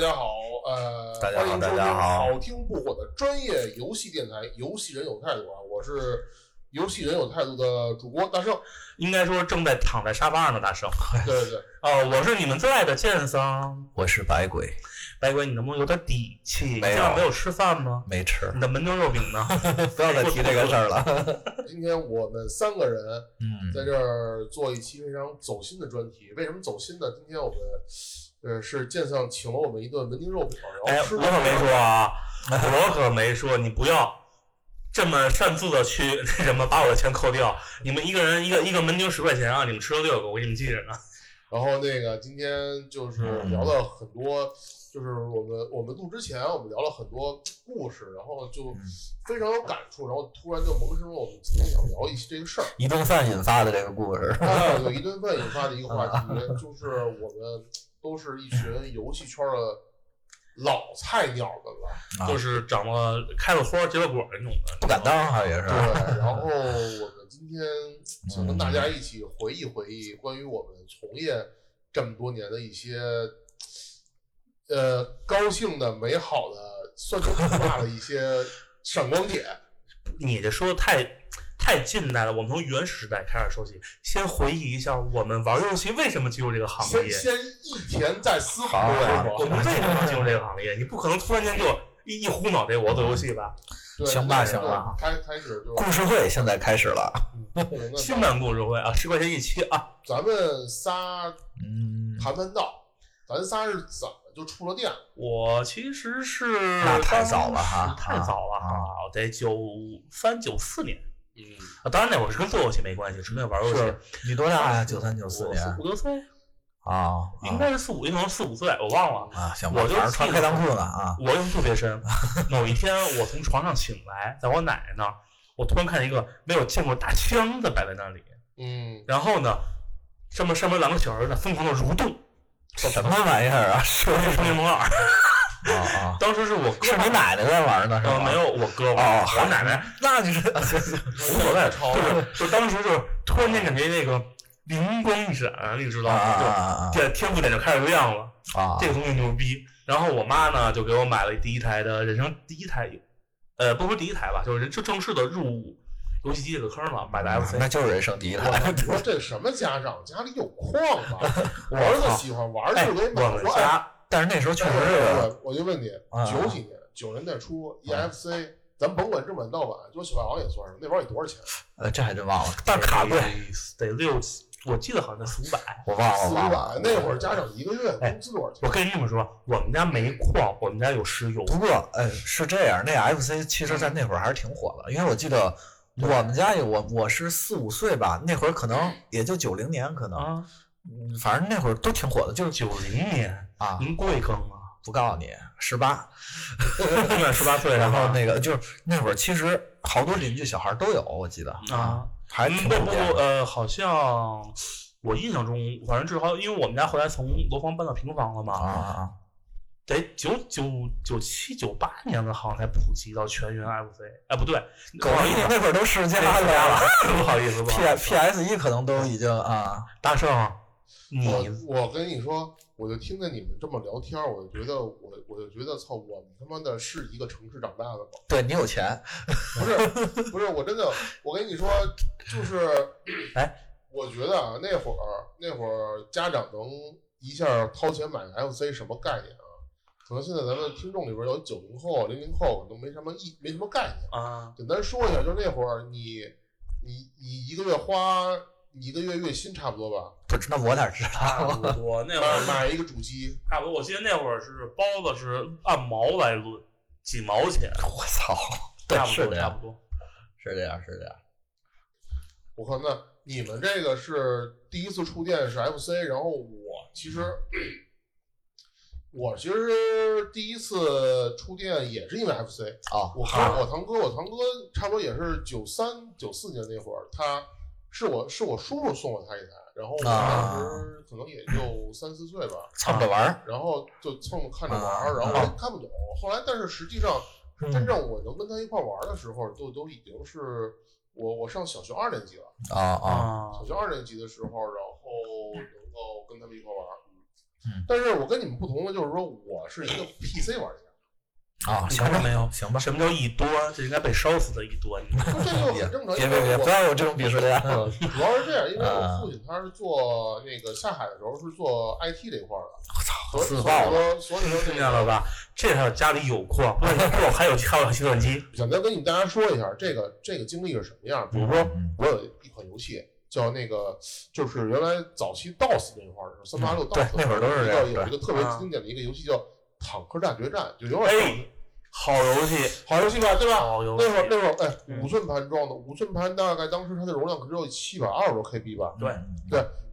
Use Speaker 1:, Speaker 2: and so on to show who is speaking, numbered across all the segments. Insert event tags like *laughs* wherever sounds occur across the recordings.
Speaker 1: 大家好，呃，
Speaker 2: 大家好
Speaker 1: 欢迎收听
Speaker 2: 大家好
Speaker 1: 好听不火的专业游戏电台《游戏人有态度》啊，我是游戏人有态度的主播大圣，
Speaker 3: 应该说正在躺在沙发上的大圣。
Speaker 2: 哎
Speaker 1: 对对对，
Speaker 3: 哦，我是你们最爱的剑桑，
Speaker 2: 我是白鬼，
Speaker 3: 白鬼，你能不能有点底气？你
Speaker 2: 没有
Speaker 3: 今晚没有吃饭吗？
Speaker 2: 没
Speaker 3: *laughs*
Speaker 2: 吃，
Speaker 3: 你的门蒸肉饼呢？
Speaker 2: *laughs* 不要再提这个事儿了。
Speaker 1: 今天我们三个人
Speaker 2: 嗯，
Speaker 1: 在这儿做一期非常走心的专题。为什么走心呢？今天我们呃是剑上请了我们一顿门钉肉饼，然
Speaker 3: *laughs* 哎，
Speaker 1: 后
Speaker 3: 我
Speaker 1: 吃
Speaker 3: 可
Speaker 1: 了
Speaker 3: 没说啊，我可没说，你不要这么擅自的去 *laughs* 那什么把我的钱扣掉。你们一个人一个一个门钉十块钱啊，你们吃了六个，我给你们记着呢。
Speaker 1: 然后那个今天就是聊了很多，就是我们我们录之前我们聊了很多故事，然后就非常有感触，然后突然就萌生了我们今天想聊一些这个事儿。
Speaker 2: 一顿饭引发的这个故事，
Speaker 1: 啊，有一顿饭引发的一个话题，就是我们都是一群游戏圈的老菜鸟们了。
Speaker 2: 啊
Speaker 3: 就是长了开了花结了果那种的，
Speaker 2: 不敢当啊哈也是
Speaker 1: 对，。
Speaker 3: 啊
Speaker 1: 然
Speaker 3: *laughs*
Speaker 1: 后我们今天想跟大家一起回忆回忆关于我们从业这么多年的一些，呃，高兴的、美好的、酸甜苦辣的一些闪光点。
Speaker 3: 你这说的太太近代了，我们从原始时代开始说起，先回忆一下我们玩游戏为什么进入这个行
Speaker 1: 先
Speaker 3: 业，
Speaker 1: 先一甜再思考，
Speaker 2: 好
Speaker 1: 是
Speaker 2: 啊
Speaker 1: 吧
Speaker 3: 我们为什么要进入这个行业？你不可能突然间就一一糊脑袋我做游戏吧？
Speaker 1: 对
Speaker 2: 行吧
Speaker 1: 对
Speaker 2: 行
Speaker 3: 啊
Speaker 2: 吧
Speaker 1: 开开始就
Speaker 2: 故事会现在开始了。
Speaker 1: 是
Speaker 3: 新版故事会啊，十块钱一期啊，
Speaker 1: 咱们仨
Speaker 2: 嗯，
Speaker 1: 谈谈到，咱仨是怎么就触了电？
Speaker 3: 我其实是
Speaker 2: 那太早了哈
Speaker 3: 当时太早了哈，啊我得九三九四年
Speaker 1: 嗯，
Speaker 3: 啊，当然那会儿是跟做游戏没关系，是跟玩游戏。
Speaker 1: 是
Speaker 2: 你多大呀？九三九
Speaker 3: 我
Speaker 2: 四
Speaker 3: 四
Speaker 2: 年
Speaker 3: 五六岁，
Speaker 2: 啊，
Speaker 3: 应该是四五，应该是四五岁，我忘了。
Speaker 2: 啊，行吧，
Speaker 3: 我就
Speaker 2: 反正穿开裆裤呢啊。
Speaker 3: 我印象特别
Speaker 2: *laughs*
Speaker 3: 深，某一天我从床上醒来，在我奶奶那儿，我突然看见一个没有见过大枪的摆在那里，
Speaker 1: 嗯，
Speaker 3: 然后呢，上面上面两个小人呢疯狂的蠕动，
Speaker 2: 什么玩意儿啊？是
Speaker 3: 《生命魔二》，
Speaker 2: 啊啊，
Speaker 3: 当时是我哥
Speaker 2: *laughs* 是你奶奶在玩呢是
Speaker 3: 呃，
Speaker 2: 吗？
Speaker 3: 没，有我哥玩，
Speaker 2: 哦，
Speaker 3: 我奶奶，，
Speaker 2: *laughs* 那就是
Speaker 1: 无
Speaker 3: 无所谓
Speaker 1: 超
Speaker 3: 就是就当时就是突然间感觉那个灵光一闪，你知
Speaker 2: *laughs*
Speaker 3: 道
Speaker 2: 啊
Speaker 3: 吗？
Speaker 2: 啊
Speaker 3: 就这天赋点就开始亮了，
Speaker 2: 啊啊！
Speaker 3: 这个东西牛逼。然后我妈呢就给我买了第一台的人生第一台，呃，不说第一台吧，就是就正式的入游戏机这个坑了，买的 FC。
Speaker 2: 啊那就是人生第一
Speaker 1: *laughs*
Speaker 2: 台。
Speaker 1: 我说这什么家长家里有矿吧？我儿子喜欢玩
Speaker 3: 哎，
Speaker 1: 就给
Speaker 3: 我
Speaker 1: 买
Speaker 3: 们
Speaker 1: 矿。
Speaker 3: 家
Speaker 2: *laughs* 但是那时候确
Speaker 1: 哎
Speaker 2: 实是
Speaker 1: 我我就问你，
Speaker 2: 啊
Speaker 1: 九几年九十年代初 EFC，咱甭管正版盗版，就小霸王也算上，那玩意儿得多少钱？
Speaker 2: 呃，这还真忘了，
Speaker 3: 但卡贵
Speaker 2: 贵，
Speaker 3: *laughs* 得六，我记得好像四五百。
Speaker 2: 我忘了，
Speaker 1: 四
Speaker 2: 我
Speaker 1: 五
Speaker 2: 忘了
Speaker 1: 百。。那会儿家长一个月工资多少
Speaker 3: 我
Speaker 1: 钱？
Speaker 3: 跟你们说，我们家没矿，我们家有石油。
Speaker 2: 不过，呃，是这样，那 FC 其实，在那会儿还是挺火的，因为我记得
Speaker 3: 嗯
Speaker 2: 我们家有我，我是四五岁吧，那会儿可能也就九零年，可能，
Speaker 3: 啊，
Speaker 2: 嗯反正那会儿都挺火的，就是
Speaker 3: 九零年，
Speaker 2: 啊，
Speaker 3: 您贵庚
Speaker 2: *laughs*
Speaker 3: 啊？
Speaker 2: 不告诉你，十八，
Speaker 3: 满十八岁，
Speaker 2: 然
Speaker 3: 然
Speaker 2: 后
Speaker 3: 后
Speaker 2: 那个就是那会儿，其实好多邻居小孩都有，我记得
Speaker 3: *laughs* 啊，，
Speaker 2: 还
Speaker 3: 嗯
Speaker 2: 挺
Speaker 3: 不
Speaker 2: 普
Speaker 3: 不不
Speaker 2: 遍的，
Speaker 3: 呃，好像我印象中，反正至少因为我们家后来从楼房搬到平房了
Speaker 2: 啊
Speaker 3: 嘛，
Speaker 2: 啊啊，
Speaker 3: 得九九九七九八年的好像才普及到全员 FC，哎不对，不
Speaker 2: 狗
Speaker 3: 好
Speaker 2: 屁
Speaker 3: 意思，
Speaker 2: 那会儿都世家
Speaker 3: 回家
Speaker 2: 了
Speaker 3: 了，不好意思，不好
Speaker 2: ，P
Speaker 3: 意
Speaker 2: P
Speaker 3: 思，
Speaker 2: S E 可能都已经啊，
Speaker 3: 大圣，你
Speaker 1: 我我跟你说，我就听着你们这么聊天，我就觉得我我就觉得操，我们他妈的是一个城市长大的吗？
Speaker 2: 对你有钱，
Speaker 1: 不是不是，我真的，我跟你说，就是，
Speaker 3: 哎，
Speaker 1: 我觉得啊，那会儿那会儿家长能一下掏钱买个 FC 什么概念啊？可能现在咱们听众里边有九零后、零零后，可能没什么意，没什么概念。
Speaker 3: 啊，
Speaker 1: 简单说一下，就是那会儿你你你一个月花一个月月薪差不多吧，
Speaker 2: 不知道我哪知
Speaker 3: 差
Speaker 2: 道
Speaker 3: 不多那会
Speaker 1: 买
Speaker 3: 儿
Speaker 1: 买一个主机，
Speaker 3: 差不多，我记得那会儿是包子是按毛来论，几毛钱，
Speaker 2: 啊，我操，对
Speaker 3: 差，不
Speaker 2: 是
Speaker 3: 多
Speaker 2: 这
Speaker 3: 差
Speaker 2: 样，
Speaker 3: 不多。
Speaker 2: 是这样，是这样。
Speaker 1: 我靠，那你们这个是第一次触电是 FC，然后我其实我其实第一次触电也是因为 FC。
Speaker 2: 哦，
Speaker 1: 我
Speaker 3: 啊
Speaker 1: 堂我堂哥，我堂哥差不多也是九三九四年那会儿，他是我是我叔叔送了他一台，然后我当
Speaker 2: 啊
Speaker 1: 时可能也就三四岁吧，
Speaker 2: 蹭着玩儿，
Speaker 1: 然后就蹭着看着玩
Speaker 2: 啊
Speaker 1: 儿，然后我也看不懂。后来但是实际上
Speaker 3: 嗯
Speaker 1: 真正我能跟他一块儿玩儿的时候，都都已经是我我上小学二年级了。
Speaker 2: 啊啊
Speaker 3: 啊
Speaker 1: 小学二年级的时候，然后能够跟他们一块玩儿。
Speaker 2: 嗯
Speaker 1: 但是我跟你们不同的就是说，我是一个 PC 玩
Speaker 2: *laughs*
Speaker 1: 家，
Speaker 3: 嗯
Speaker 2: 啊，行吧，没有，行吧，
Speaker 3: 什么叫一多？这应该被烧死的一多。你
Speaker 1: 就这就很正常。
Speaker 2: 别
Speaker 1: 因为呃我
Speaker 2: 别别，
Speaker 1: 嗯
Speaker 2: 不要啊有这种鄙视链。
Speaker 1: 主要是这样，因为我
Speaker 2: 啊
Speaker 1: 父亲他是做那个下海的时候是做 IT 这一块儿的，所以所
Speaker 2: 自
Speaker 1: 以
Speaker 2: 爆了，
Speaker 1: 说所以
Speaker 2: *laughs*
Speaker 1: 说
Speaker 3: 听
Speaker 1: 这
Speaker 3: 见了
Speaker 1: 个
Speaker 3: 吧？这还有家里有矿，万一矿还有还有计
Speaker 2: *laughs*
Speaker 3: 算机，
Speaker 1: 想再跟你们大家说一下，这个这个经历是什么样？比如说，
Speaker 2: 嗯
Speaker 1: 我有一款游戏叫那个，就是原来早期 DOS 那块儿的时候，三八六
Speaker 2: 嗯对
Speaker 1: DOS
Speaker 2: 那会儿都是这样嗯
Speaker 1: 有一个特别
Speaker 3: 啊
Speaker 1: 经典的一个游戏叫《坦克大决战》，就有点像
Speaker 3: 哎，好游戏，
Speaker 1: 好游戏吧，对吧？
Speaker 2: 哦
Speaker 3: 好游戏
Speaker 1: 那会儿那会儿，哎，
Speaker 3: 嗯
Speaker 1: 五寸盘装的，五寸盘大概当时它的容量可只有七百二十多 KB 吧，
Speaker 3: 对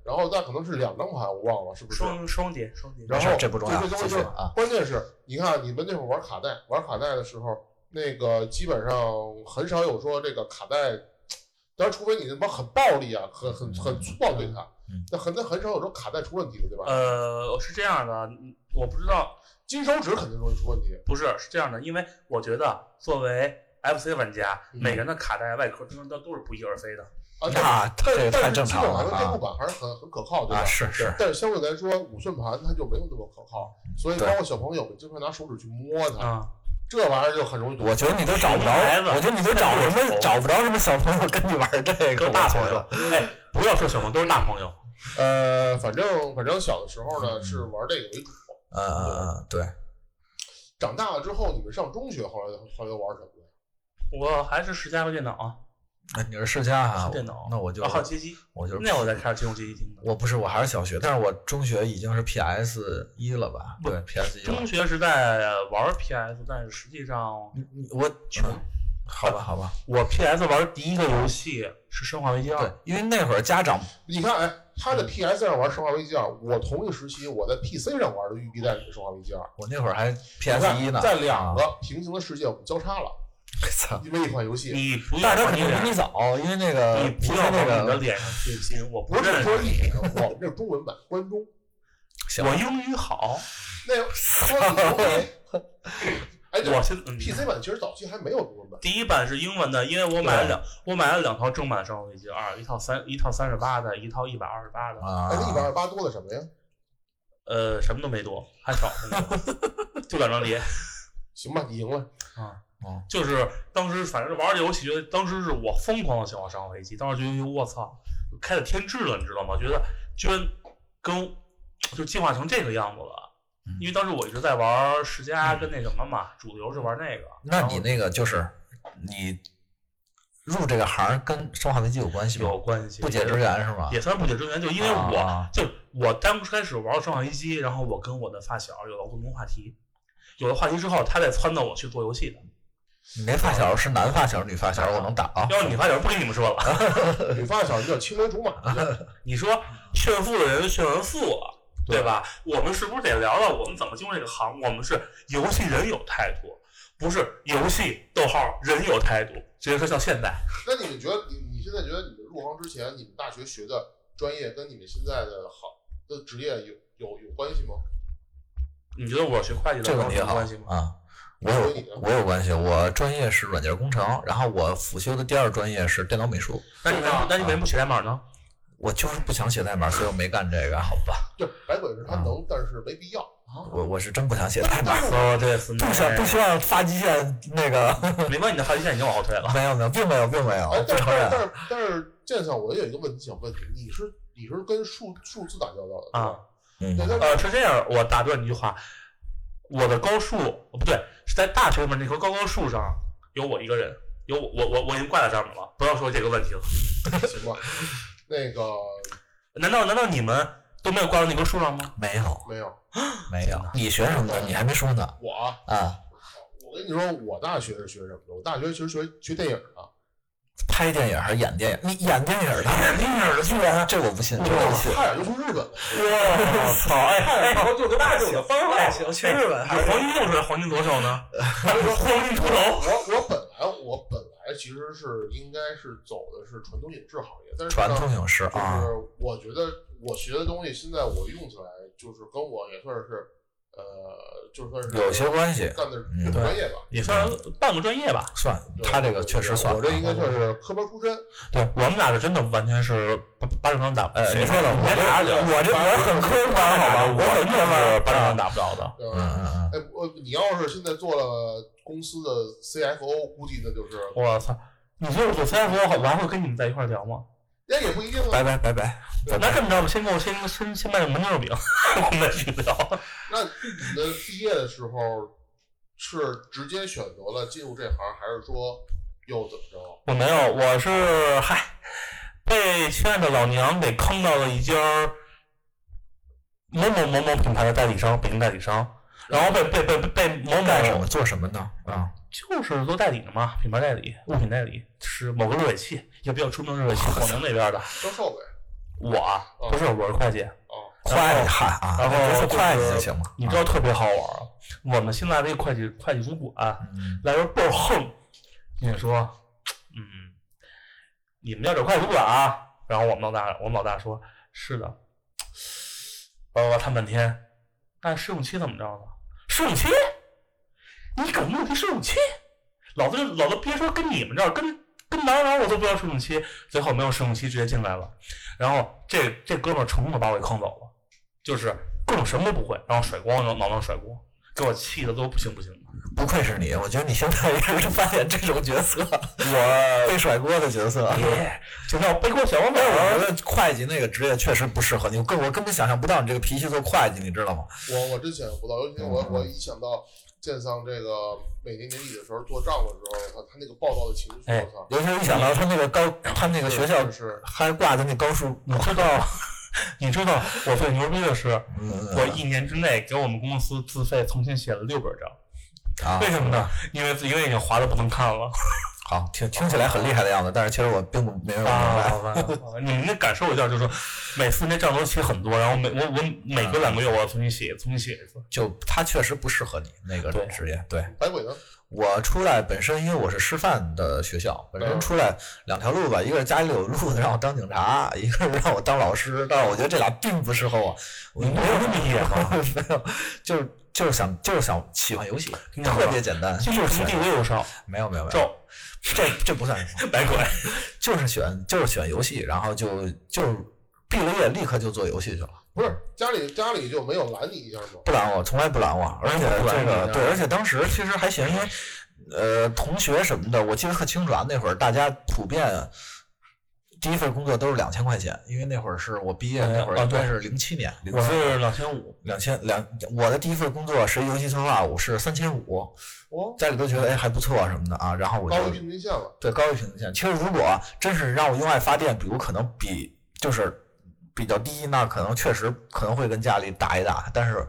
Speaker 1: 然后那可能是两张盘，我忘了是不是？
Speaker 3: 双双节双节。
Speaker 1: 然
Speaker 2: 没
Speaker 1: 后
Speaker 2: 事，这不重要，
Speaker 1: 哦就这东西
Speaker 2: 继续
Speaker 1: 就
Speaker 2: 啊。
Speaker 1: 关键是，你看啊你们那会儿玩卡带，玩卡带的时候，那个基本上很少有说这个卡带，当然除非你他妈很暴力啊，很很很粗暴对它
Speaker 2: 嗯，
Speaker 1: 那很那很少有说卡带出问题的，对吧？
Speaker 3: 呃，是这样的，我不知道
Speaker 1: 金手指肯定容易出问题，
Speaker 3: 不是是这样的，因为我觉得作为 FC 玩家，
Speaker 1: 嗯
Speaker 3: 每个人的卡带外壳真的都是不翼而飞的。
Speaker 1: 啊，
Speaker 2: 那
Speaker 1: 但
Speaker 2: 这个太
Speaker 1: 但是
Speaker 2: 正
Speaker 1: 基
Speaker 2: 常
Speaker 1: 本上
Speaker 2: 了
Speaker 1: 的电路
Speaker 2: 啊
Speaker 1: 板还是很很可靠，对吧？
Speaker 2: 啊，是是，
Speaker 1: 但是相对来说，五寸盘它就没有那么可靠，所以包
Speaker 2: 嗯对嗯
Speaker 1: 括小朋友经常拿手指去摸它，
Speaker 3: 啊，
Speaker 1: 这玩意儿就很容易
Speaker 2: 我
Speaker 1: 堵。
Speaker 2: 觉得你都找不着
Speaker 3: 孩子，
Speaker 2: 我觉得你都找什
Speaker 3: 都
Speaker 2: 么
Speaker 3: 是
Speaker 2: 找不着什么小朋友跟你玩这个，
Speaker 3: 都是大
Speaker 2: 我觉
Speaker 3: 朋友
Speaker 2: 得。
Speaker 3: 哎， *laughs* 不要说小朋友，都是大朋友。
Speaker 1: 呃，反正反正小的时候
Speaker 2: 嗯
Speaker 1: 呢是玩这个为主，
Speaker 2: 呃呃，对，
Speaker 1: 长大了之后你们上中学后来后来又玩什么呀？
Speaker 3: 我还是十加个电脑啊，
Speaker 2: 那你是世嘉啊
Speaker 3: 是？电脑
Speaker 2: 那我就
Speaker 3: 然后街机，
Speaker 2: 我就
Speaker 3: 那我才开始进入街机厅的。
Speaker 2: 我不是，我还是小学，但是我中学已经是 PS 一了吧？
Speaker 3: 不
Speaker 2: 对，PS 一了
Speaker 3: 中。学时代玩 PS，但是实际上
Speaker 2: 你你我嗯好吧，好吧，
Speaker 3: 我 PS 玩第一个游戏是《生化危机二
Speaker 2: 对》，，因为那会儿家长
Speaker 1: 你看，哎，他在 PS 上玩《生化危机二》，我同一时期我在 PC 上玩的《玉碧带领的《生化危机二》
Speaker 2: 我那会儿还
Speaker 1: 你看，
Speaker 2: PS 一呢，
Speaker 1: 在两
Speaker 2: 啊，
Speaker 1: 个平行的世界我们交叉了，
Speaker 2: *laughs* 操！
Speaker 1: 因为一款游戏。
Speaker 3: 你不要
Speaker 2: 但是他
Speaker 3: 往
Speaker 2: 肯
Speaker 3: 你
Speaker 2: 定
Speaker 3: 脸
Speaker 2: 比你早，哦因为那个
Speaker 3: 你不
Speaker 2: PC
Speaker 3: 要
Speaker 2: 那
Speaker 3: 往你的
Speaker 2: 个
Speaker 3: 脸上贴金，我不
Speaker 1: 不是
Speaker 3: 认识
Speaker 1: 说你，我们这中文版关中
Speaker 2: 行
Speaker 3: 我英语好，
Speaker 1: 那说你牛逼，哎，对
Speaker 3: 我现在嗯
Speaker 1: PC 版其实早期还没有中文版，
Speaker 3: 第一版是英文的，因为我买了两，我买了两套正版《生化危机二》，一套三一套三十八的，一套一百二十八的，
Speaker 2: 啊
Speaker 1: 哎，那一百二十八多的什么呀？
Speaker 3: 呃，什么都没多，还少着呢，就两张碟。
Speaker 1: 行吧，你赢了。
Speaker 2: 哦
Speaker 3: 就是当时反正玩这游戏，觉得当时是我疯狂的喜欢《生化危机》，当时觉得我操，开了天智了，你知道吗？觉得居然跟就进化成这个样子了
Speaker 2: 嗯。
Speaker 3: 因为当时我一直在玩世嘉跟那什么嘛，主流是玩那个。
Speaker 2: 那
Speaker 3: 然后
Speaker 2: 你那个就是你入这个行跟生化危机有关系吗？
Speaker 3: 有关系？
Speaker 2: 不解之缘是吗？
Speaker 3: 也算不解之缘，就因为我、
Speaker 2: 啊
Speaker 3: 就我刚开始玩《生化危机》，然后我跟我的发小有了共同话题，有了话题之后，他再撺掇我去做游戏的。
Speaker 2: 你那发小是男发小女发小，
Speaker 3: 啊
Speaker 2: 我能打啊？
Speaker 3: 要是你发小不跟你们说了， *laughs*
Speaker 1: 你发小，你叫青梅竹马，
Speaker 3: 你说炫富的人炫完富了，
Speaker 1: 对
Speaker 3: 对吧？我们是不是得聊聊我们怎么进入这个行？我们是游戏人有态度，不是游戏逗号人有态度。直接说像现在，
Speaker 1: 那你们觉得，你你现在觉得你们入行之前，你们大学学的专业跟你们现在的好的职业有有有关系吗？
Speaker 3: 你觉得我学会计的
Speaker 2: 这个问题
Speaker 3: 有
Speaker 2: 好
Speaker 3: 关系吗？
Speaker 2: 啊。我
Speaker 1: 所以
Speaker 2: 有
Speaker 1: 你呢
Speaker 2: 我有关系，我专业是软件工程，然后我辅修的第二专业是电脑美术。
Speaker 3: 那你为什么那你为什么不写代码呢？
Speaker 2: 我就是不想写代码，所以我没干这个，好吧？
Speaker 1: 对，白鬼是
Speaker 2: 啊
Speaker 1: 他能，但是没必要。
Speaker 2: 我我是真不想写代码，
Speaker 3: *laughs*
Speaker 2: *laughs*
Speaker 3: 哦，对，不
Speaker 2: 不想不需要发际线那个，
Speaker 3: *laughs* 没关系，你的发际线已经往后退了。
Speaker 2: 没有没有，并没有并没有
Speaker 1: 哎，，
Speaker 2: 不
Speaker 1: 但是
Speaker 2: 承认啊
Speaker 1: 但是但是，建校我有一个问题想问你，你是你是跟数数字打交道的
Speaker 3: 啊？
Speaker 2: 嗯
Speaker 1: 对吧，对，但
Speaker 3: 呃，是这样，我打断你一句话，我的高数哦不对，是在大学里面那棵高高树上有我一个人，有我我我我已经挂在上面了，不要说这个问题了。
Speaker 1: 是行吧？那个
Speaker 3: 难道难道你们都没有挂到那棵树
Speaker 2: *laughs*
Speaker 3: 上吗？
Speaker 2: 没有
Speaker 1: 没有，
Speaker 2: 没有。你学什么的？你还没说呢
Speaker 1: 我啊
Speaker 2: 啊？
Speaker 1: 我跟你说，我大学是学什么的？我大学其实学学电影啊的。
Speaker 2: 拍电影还是演电影？你演电影的？演电影的居然？这我不信，这我不信。
Speaker 1: 差点就去日本了。
Speaker 3: 我操！ *laughs* 哎，然后就跟大
Speaker 2: 那行
Speaker 3: 方
Speaker 2: 那行去日本还
Speaker 3: 有哎黄金右手，黄金左手呢？黄金出头。
Speaker 1: 我我本来我本来其实是应该是走的是传统影视行业，但是
Speaker 2: 传
Speaker 1: 呢
Speaker 2: 统影视
Speaker 1: 就
Speaker 2: 啊，
Speaker 1: 是我觉得我学的东西，现在我用起来就是跟我也算是，呃，就是说是
Speaker 2: 有些关系
Speaker 1: 干的
Speaker 2: 嗯
Speaker 1: 挺专业吧。
Speaker 3: 也算是半个专业吧。
Speaker 2: 算
Speaker 1: 对
Speaker 2: 他这个确实算。嗯
Speaker 1: 我这应该算是科班出身，
Speaker 3: 对我们俩是真的完全是八八正常打不
Speaker 2: 呃，你说的我这
Speaker 3: 俩
Speaker 2: 我这我很科班好吧，
Speaker 3: 我
Speaker 2: 很科
Speaker 3: 是
Speaker 2: 班，
Speaker 3: 八正常打不着的。
Speaker 1: 对
Speaker 2: 嗯
Speaker 1: 吧？
Speaker 2: 嗯嗯，
Speaker 1: 哎，我你要是现在做了公司的 CFO，估计那就是
Speaker 3: 我操！你说我虽然说我还会跟你们在一块儿聊吗？
Speaker 1: 那也不一定啊。
Speaker 2: 拜拜拜拜，
Speaker 3: 那这么着吧，先给我先先先卖个蒙牛肉饼，我们再去聊。
Speaker 1: 那你们毕业的时候是直接选择了进入这行，还是说又怎么着？
Speaker 3: 我没有，我是嗨，被亲爱的老娘给坑到了一家儿某某某某品牌的代理商，北京代理商，然后被被被被被某
Speaker 2: 干什
Speaker 3: 某
Speaker 2: 么做什么呢？啊，
Speaker 3: 就是做代理的嘛，品牌代理、物品代理是某个热水器，也比较出名的热水器，广宁那边的。
Speaker 1: 销售呗。
Speaker 3: 我啊不是，我是会计。
Speaker 1: 啊，
Speaker 2: 会计汉啊，
Speaker 3: 然后
Speaker 2: 不是
Speaker 3: 就是
Speaker 2: 会计就行了。
Speaker 3: 你知道特别好玩儿，我们新来的一个会计会计主管，
Speaker 2: 嗯，
Speaker 3: 来人倍儿横，跟你说，嗯，你们要整快主管啊。然后我们老大，我们老大说，是的，叭叭叭谈半天，那试用期怎么着呢？试用期？你敢不提试用期？老子老子别说跟你们这儿，跟跟哪儿哪儿我都不要试用期。最后没有试用期，直接进来了。然后这这哥们儿成功的把我给坑走了，就是各种什么都不会，然后甩锅，脑脑甩锅，给我气的都不行不行的。
Speaker 2: 不愧是你，我觉得你现在也是扮演这种角色，
Speaker 3: 我
Speaker 2: *laughs* 被甩锅的角色。
Speaker 3: 耶，就像背锅小王
Speaker 2: 但是我
Speaker 3: 儿。
Speaker 2: 觉得会计那个职业确实不适合你，我根我根本想象不到你这个脾气做会计，你知道吗？
Speaker 1: 我我真想象不到，尤其
Speaker 2: 嗯
Speaker 1: 我我一想到建桑这个每年年底的时候做账的时候，我操，他那个暴躁的情绪，
Speaker 3: 哎
Speaker 1: 我操，
Speaker 2: 尤其是一想到他那个高，他那个学校
Speaker 1: 是是
Speaker 2: 还挂的那高数，
Speaker 3: 你知道，你知道我最牛逼的是，
Speaker 2: 嗯
Speaker 3: 我一年之内给我们公司自费重新写了六本账，
Speaker 2: 啊
Speaker 3: 为，什么呢？因为因为已经划的不能看了
Speaker 2: 好，听听起来很厉害的样子，但是其实我并不没有明
Speaker 3: 啊
Speaker 2: 白。！
Speaker 3: *laughs* 你们那感受一下，就是每次那账都写很多，然后每我我每隔两个月我要重新写，重新写一次。
Speaker 2: 就他确实不适合你那个
Speaker 3: 对
Speaker 2: 职业。对
Speaker 1: 白鬼呢？
Speaker 2: 我出来本身，因为我是师范的学校，本身
Speaker 1: 嗯
Speaker 2: 出来两条路吧，一个是家里有路子让我当警察，一个是让我当老师，但是我觉得这俩并不适合我。我
Speaker 3: 你没有那么野吗？
Speaker 2: *laughs* 没有，就是就是想就是想喜欢游戏，
Speaker 3: 听懂了
Speaker 2: 特别简单，
Speaker 3: 这就是从地位上，
Speaker 2: 没有没有没有，
Speaker 3: 照
Speaker 2: 这这不算
Speaker 1: *laughs*
Speaker 2: 什么。
Speaker 3: 白鬼。
Speaker 2: 就是喜欢就是喜欢游戏，然后就就是毕了业立刻就做游戏去了，
Speaker 1: 不是家里家里就没有拦你一下吗？
Speaker 2: 不拦我，从来不拦我，而且
Speaker 1: 不拦
Speaker 2: 这
Speaker 1: 你
Speaker 2: 个
Speaker 1: 啊
Speaker 2: 对，而且当时其实还行，因为呃同学什么的，我记得特清楚啊，那会儿大家普遍。第一份工作都是两千块钱，因为那会儿是我毕业
Speaker 3: 哎
Speaker 1: 嗯
Speaker 2: 那
Speaker 1: 哦
Speaker 2: 会儿，
Speaker 3: 啊
Speaker 2: 应该
Speaker 3: 对
Speaker 2: 是零七年，零
Speaker 3: 我是两千五，
Speaker 2: 两千两，我的第一份工作是游戏策划，我是三千五，
Speaker 1: 哦，
Speaker 2: 家里都觉得哎还不错什么的啊，然后我就
Speaker 1: 高于平均线了，
Speaker 2: 对高于平均线。其实如果真是让我用爱发电，比如可能比就是比较低，那可能确实可能会跟家里打一打，但是。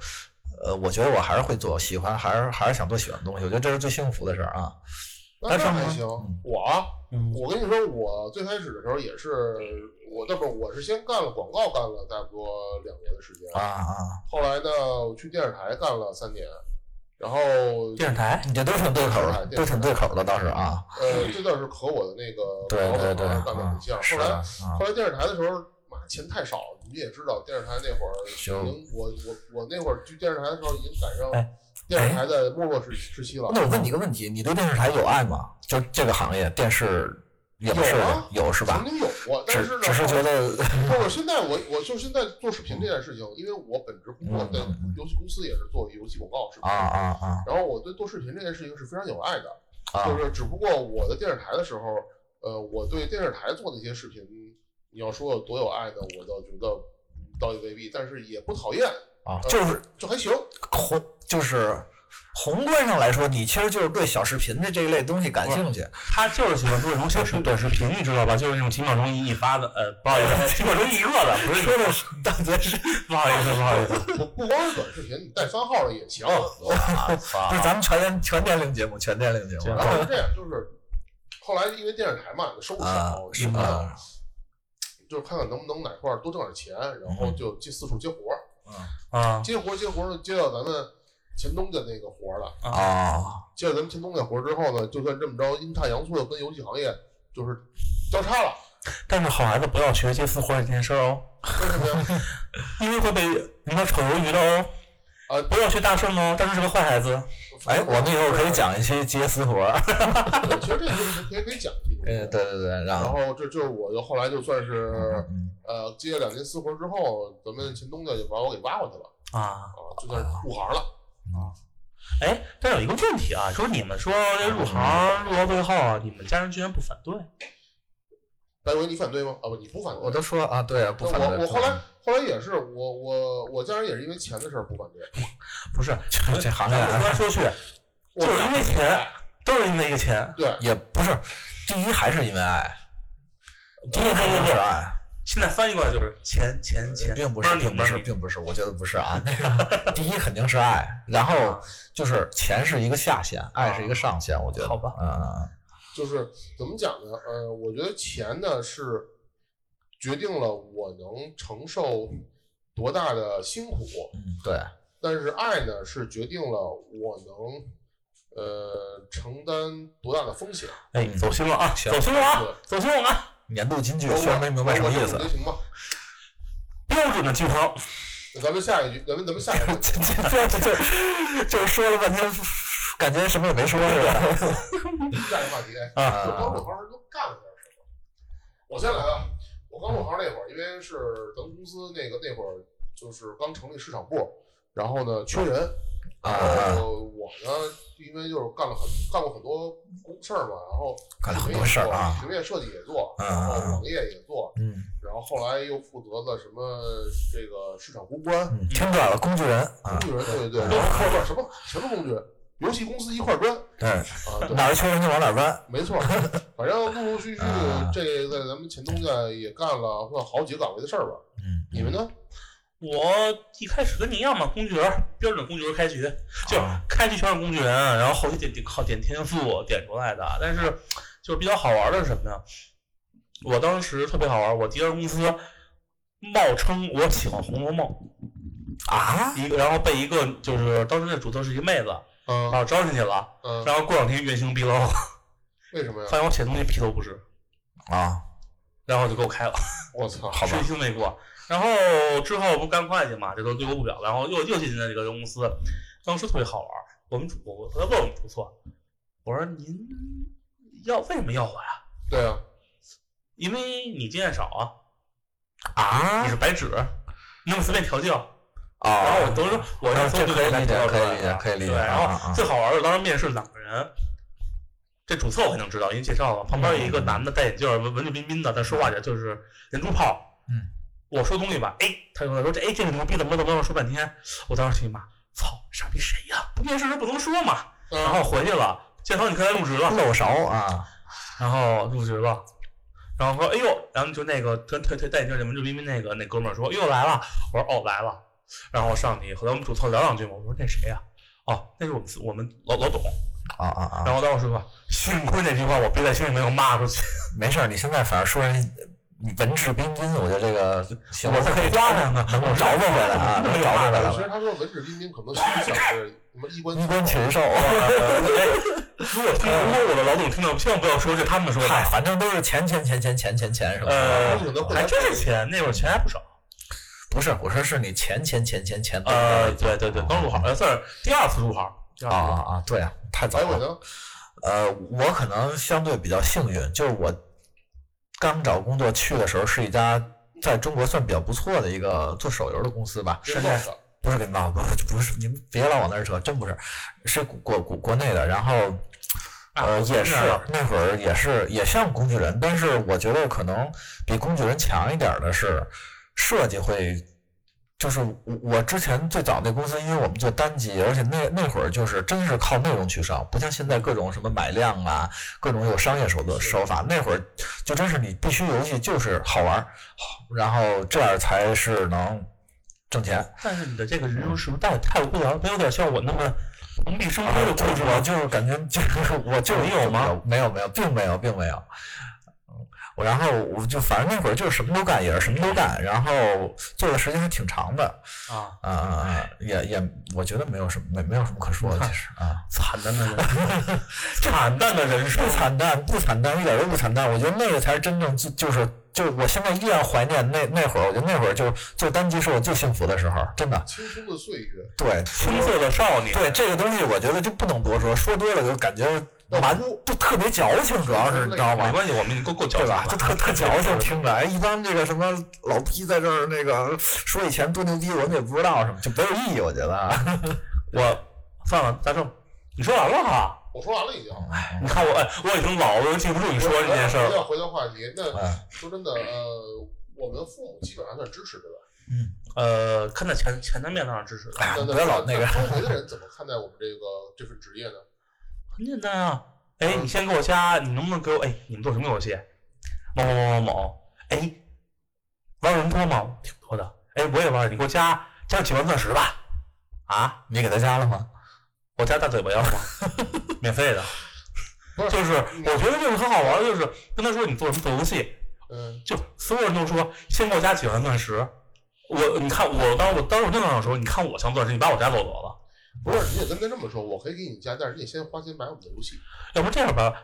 Speaker 2: 呃，我觉得我还是会做，喜欢还是还是想做喜欢的东西，我觉得这是最幸福的事儿啊。
Speaker 1: 那
Speaker 2: 但是
Speaker 1: 这还
Speaker 2: 呢
Speaker 1: 行
Speaker 2: 嗯。
Speaker 1: 我啊
Speaker 3: 嗯，
Speaker 1: 我跟你说，我最开始的时候也是，我那不是我是先干了广告，干了差不多两年的时间
Speaker 2: 啊，啊！
Speaker 1: 后来呢，我去电视台干了三年，然后呃
Speaker 3: 电视台
Speaker 2: 你这都挺对口的，
Speaker 1: 对
Speaker 2: 都挺对口的，倒是啊。
Speaker 1: 呃，这倒是和我的那个
Speaker 2: 对对对，
Speaker 1: 老板干的很像
Speaker 2: 啊。
Speaker 1: 后
Speaker 2: 是
Speaker 1: 来
Speaker 2: 的啊
Speaker 1: 后来电视台的时候，妈钱太少了，你们也知道，电视台那会儿已
Speaker 2: 行
Speaker 1: 经，我我我那会儿去电视台的时候已经赶上
Speaker 3: 哎
Speaker 1: 电视台的没落时时期了。
Speaker 2: 哎那我问你个问题，你对电视台有爱吗？就这个行业，电视也不是
Speaker 1: 有啊
Speaker 2: 有是吧
Speaker 1: 曾？经有过，但
Speaker 2: 只
Speaker 1: 是呢，
Speaker 2: 只是觉得 *laughs*
Speaker 1: 但我现在我我就现在做视频这件事情，因为我本职工作
Speaker 2: 嗯
Speaker 1: 在
Speaker 2: 嗯嗯
Speaker 1: 游戏公司也是做游戏广告视频
Speaker 2: 啊，啊啊
Speaker 1: 然后我对做视频这件事情是非常有爱的，
Speaker 2: 啊
Speaker 1: 就是只不过我在电视台的时候，呃，我对电视台做那些视频，你要说有多有爱呢，我倒觉得倒也未必，但是也不讨厌，
Speaker 2: 啊，就是
Speaker 1: 就还
Speaker 2: *laughs*
Speaker 1: 行。
Speaker 2: 宏就是宏观上来说，你其实就是对小视频的这一类东西感兴趣。
Speaker 3: 他就是喜欢做那种小视短视频，你知道吧？就是那种几秒钟一发的，呃，不好意思， *laughs* 几秒钟一个的，不是
Speaker 2: 说的是大嘴是，
Speaker 3: 不好意思，不好意思，
Speaker 1: 不不光是短视频，你带番号的也行。
Speaker 2: 啊不是咱们全年全年龄节目，全年龄节
Speaker 3: 行
Speaker 2: 目
Speaker 1: 然后是这样，就是后来因为电视台嘛，收入
Speaker 2: 啊
Speaker 1: 少，什么的，
Speaker 2: 啊
Speaker 1: 就是看看能不能哪块儿多挣点钱，然
Speaker 2: 嗯
Speaker 1: 后就接四处接活儿，
Speaker 3: 啊
Speaker 1: 接活儿接活儿，接到咱们前东家那个活儿了。
Speaker 2: 啊
Speaker 1: 接到咱们前东家活儿之后呢，就算这么着阴差阳错地跟游戏行业就是交叉了，
Speaker 3: 但是好孩子不要学接私活这件事儿哦，
Speaker 2: *laughs*
Speaker 1: 为什么呀？
Speaker 3: 因为会被人家炒鱿鱼的哦。
Speaker 1: 啊
Speaker 3: 不要学大圣哦，大圣是个坏孩子。
Speaker 2: 呃哎，我们一会儿可以讲一些接私活儿。
Speaker 1: 对，其实这个东西可以可以讲这个东西。
Speaker 2: 嗯，对对对，然
Speaker 1: 然
Speaker 2: 后
Speaker 1: 后这就是我就后来就算是
Speaker 2: 嗯
Speaker 1: 呃接了两年私活之后，咱们秦东家就把我给挖过去了
Speaker 3: *laughs* 啊，
Speaker 1: 啊，就算是入行了。
Speaker 3: 哎，但有一个问题啊，说你们说这入行入到最后啊，你们家人居然不反对，
Speaker 1: 白文，你反对吗？啊不，你不反对。
Speaker 2: 我都说啊，对啊，不反
Speaker 1: 我
Speaker 2: 对。
Speaker 1: 我后来后来也是，我我我家人也是因为钱的事儿不反对，
Speaker 3: 不是？
Speaker 2: 这这行
Speaker 3: 咱
Speaker 2: 业
Speaker 3: 们说
Speaker 2: *laughs*
Speaker 3: 来说去，
Speaker 1: 我
Speaker 3: 就是因为钱，都是因为一个钱。
Speaker 1: 对
Speaker 2: 也不是，第一还是因为爱，第
Speaker 3: 不
Speaker 2: 一
Speaker 3: 不
Speaker 2: 还是因为
Speaker 3: 不，
Speaker 2: 爱。
Speaker 3: 现在翻译过来就是钱钱钱，
Speaker 2: 并不
Speaker 3: 是
Speaker 2: 是，
Speaker 3: 你
Speaker 2: 并不
Speaker 3: 们
Speaker 2: 是，并不是，我觉得不是啊。那个第一肯定是爱，然后就是钱是一个下限，爱是一个上限，我觉得。
Speaker 3: 好吧
Speaker 2: 嗯，
Speaker 1: 就是怎么讲呢？呃，我觉得钱呢是决定了我能承受多大的辛苦，
Speaker 2: 嗯，对，
Speaker 1: 但是爱呢是决定了我能呃承担多大的风险。
Speaker 3: 哎，走心了啊，
Speaker 2: 行
Speaker 3: 走心了啊
Speaker 1: 对，
Speaker 3: 走心了啊，
Speaker 2: 年度金句
Speaker 1: 包括
Speaker 2: 虽然没明白什么意思
Speaker 1: 包括这个总，结行吧？
Speaker 3: 标准的鸡汤。
Speaker 1: 那咱们下一句，咱们咱们下一句，
Speaker 2: 这这这这就是说了半天，感觉什么也没说似的。 *laughs*
Speaker 1: 下一个话题。
Speaker 2: 啊
Speaker 1: 我刚入行时都干了点什么？我先来啊！我刚入行那会儿，因为是咱们公司那个那会儿就是刚成立市场部，然后呢缺人，然
Speaker 2: 啊，
Speaker 1: 后我呢因为就是干了很干过很多公事儿嘛，然后
Speaker 2: 干了很多事儿啊
Speaker 1: 平面设计也做，
Speaker 2: 嗯
Speaker 1: 然后网页也做，
Speaker 2: 嗯
Speaker 1: 然后后来又负责了什么这个市场公关、
Speaker 2: 嗯，听出来了，工具人啊
Speaker 1: 工，具人，对对对，
Speaker 2: 嗯
Speaker 1: 然后不是什么什么工具人，游戏公司一块儿砖
Speaker 2: 对，
Speaker 1: 啊，对。
Speaker 2: 哪儿缺人就往哪儿搬。
Speaker 1: 没错，反正陆陆续续
Speaker 2: 啊
Speaker 1: 这在咱们前东家也干了算好几个岗位的事儿吧。
Speaker 2: 嗯，
Speaker 1: 你们呢？
Speaker 3: 我一开始跟你一样嘛，工具人儿，标准工具人儿开局，就是
Speaker 2: 啊
Speaker 3: 开局全是工具人，然后后期点点靠点天赋点出来的。但是就是比较好玩的是什么呀？我当时特别好玩，我第一家公司冒称我喜欢《红楼梦
Speaker 2: 啊》，，
Speaker 3: 一个然后被一个就是当时那主策是一妹子，
Speaker 1: 嗯
Speaker 3: 然后招进去了，
Speaker 1: 嗯，
Speaker 3: 然后过两天原形毕露，
Speaker 1: 为什么呀
Speaker 3: 发？现我写东西屁都不是，
Speaker 2: 啊，
Speaker 3: 然后就给我开了。
Speaker 1: 我操！
Speaker 2: 好吧
Speaker 3: 水星没过。然后之后不干会计嘛，这都对我不了，然后又又进进了这个公司，当时特别好玩儿。我们主我他问我们主错，我说您要为什么要我呀？
Speaker 1: 对啊，
Speaker 3: 因为你经验少啊，
Speaker 2: 啊
Speaker 3: 你是白纸，你那么随便调教。然后我
Speaker 2: 啊，
Speaker 3: 都是我
Speaker 2: 啊
Speaker 3: 是从
Speaker 2: 这可以
Speaker 3: 来
Speaker 2: 理解
Speaker 3: 调教
Speaker 2: 可以
Speaker 3: 出来
Speaker 2: 理
Speaker 3: 的
Speaker 2: 解可以理解
Speaker 3: 对，
Speaker 2: 啊
Speaker 3: 然
Speaker 2: 啊啊啊
Speaker 3: 后最好玩的当时面试两个人，这主策我肯定知道，因为介绍了，旁边有一个男的戴眼镜儿，文文质彬彬的，但说话也就是连珠炮。
Speaker 2: 嗯，
Speaker 3: 我说东西吧，哎，他就说这哎这个牛逼怎么怎么怎么说半天，我当时心里骂，操，傻逼谁呀？不面试时不能说嘛。然后回去了，建涛你刚才入职了，
Speaker 2: 嗯漏勺啊，
Speaker 3: 然后入职了，然后说哎呦，然后就那个跟推推戴眼镜儿那文质彬彬那个那哥们儿说又哎来了，我说哦来了，然后上去和咱们主创聊两句嘛，我说那谁呀、哦，那是我们我们老老董，
Speaker 2: 啊啊啊！
Speaker 3: 然后当时说幸亏那句话我憋在心里没有骂出去，
Speaker 2: 没事儿，你现在反正说人你文质彬彬，我觉得这个行，
Speaker 3: 我是可以抓上 *laughs* 的，
Speaker 2: 能够找不回来啊，能找回来
Speaker 1: 其
Speaker 2: 了。
Speaker 1: 实他说文质彬彬，可能心里想是什么衣冠
Speaker 2: 衣冠
Speaker 1: 禽
Speaker 2: 禽兽，
Speaker 3: *laughs* 哎如果听如果我的老总听到，千万不要说是他们说
Speaker 2: 嗨，
Speaker 3: 的，
Speaker 2: 反正都是钱钱钱钱钱钱钱什么
Speaker 3: 呃
Speaker 2: 的。
Speaker 1: 兽，可能会
Speaker 3: 还真是钱，那会儿钱还不少。
Speaker 2: 不是，我说是你钱钱钱钱钱的
Speaker 3: 呃，对对对，刚入行，呃，算是第二次入行，第二
Speaker 2: 啊
Speaker 3: 次入
Speaker 2: 啊
Speaker 3: 行
Speaker 2: 啊！对啊，太早
Speaker 1: 白伟
Speaker 2: 了。
Speaker 1: 呢？
Speaker 2: 呃，我可能相对比较幸运，就是我刚找工作去的时候是一家在中国算比较不错的一个做手游的公司吧，
Speaker 1: 别忘了
Speaker 2: 不是给闹，不是不是，您别老往那儿扯，真不是，是国国国内的。然后，呃，也是那会儿也是也像工具人，但是我觉得可能比工具人强一点儿的是设计会，就是我我之前最早那公司，因为我们做单机，而且那那会儿就是真是靠内容取胜，不像现在各种什么买量啊，各种有商业手段手法。那会儿就真是你必须游戏就是好玩儿，好然后这样才是能挣钱。
Speaker 3: 但是你的这个人生是不是太太无聊了？没有点像我那么蒙蔽生
Speaker 2: 啊
Speaker 3: 活的故事
Speaker 2: 我
Speaker 3: 吗？
Speaker 2: *laughs* 就是感觉就是我就是
Speaker 3: 你有吗？
Speaker 2: 没有没有，并没有并没有。我嗯然后我就反正那会儿就是什么都干，也是什么都干，然后做的时间还挺长的，
Speaker 3: 啊，
Speaker 2: 啊啊啊，也也我觉得没有什么没没有什么可说的，其实啊，
Speaker 3: 惨的那种，
Speaker 2: *laughs* 惨淡的人生，不惨淡，不惨淡，一点都不惨淡。我觉得那个才是真正就就是就我现在依然怀念那那会儿，我觉得那会儿就做单机是我最幸福的时候，真的。
Speaker 1: 青春的岁月，
Speaker 2: 对，
Speaker 3: 青涩的少年，
Speaker 2: 对这个东西，我觉得就不能多说，说多了就感觉蛮不特别矫情，主要是你知道
Speaker 3: 没
Speaker 2: 吗？
Speaker 3: 关系，我们够够矫
Speaker 2: 对
Speaker 3: 情
Speaker 2: 吧？就
Speaker 3: 了
Speaker 2: 特特矫情，听着。哎，一般这个什么老批在这儿那个说以前多牛逼，我们也不知道什么，就没有意义，我觉得啊。
Speaker 3: 我算了，大圣，你说完了哈？
Speaker 1: 我说完了已经。
Speaker 3: 你看我， *laughs* 哎我已经老了，我都记不住你说这件事
Speaker 1: 回 *laughs*
Speaker 3: 儿。
Speaker 1: 到回到话题，那
Speaker 2: 嗯
Speaker 1: 说真的，呃，我们父母基本上算支持对吧？
Speaker 3: 呃，看在前前南面上支持的，
Speaker 2: 哎呀，
Speaker 1: 那
Speaker 2: 不
Speaker 1: 那
Speaker 2: 要老
Speaker 1: *laughs*
Speaker 2: 那个。
Speaker 1: 周围的人怎么看待我们这个这份职业呢？
Speaker 3: 很简单啊。哎，你先给我加，你能不能给我？哎，你们做什么游戏？某某某某某。哎，玩人多吗？挺多的。哎，我也玩，你给我加加几万钻石吧。啊，
Speaker 2: 你给他加了吗？
Speaker 3: 我加大嘴巴要吗？免费的。
Speaker 1: 不是
Speaker 3: 就是我觉得这个很好玩，就是跟他说你做什么做游戏，
Speaker 1: 嗯，
Speaker 3: 就所有人都说先给我加几万钻石。我你看我当时我当时我正想说，你看我想钻石，你把我加走得了。
Speaker 1: 不是，你得跟他这么说，我可以给你加，但是你得先花钱买我们的游戏。
Speaker 2: *laughs*
Speaker 3: 要不这样吧，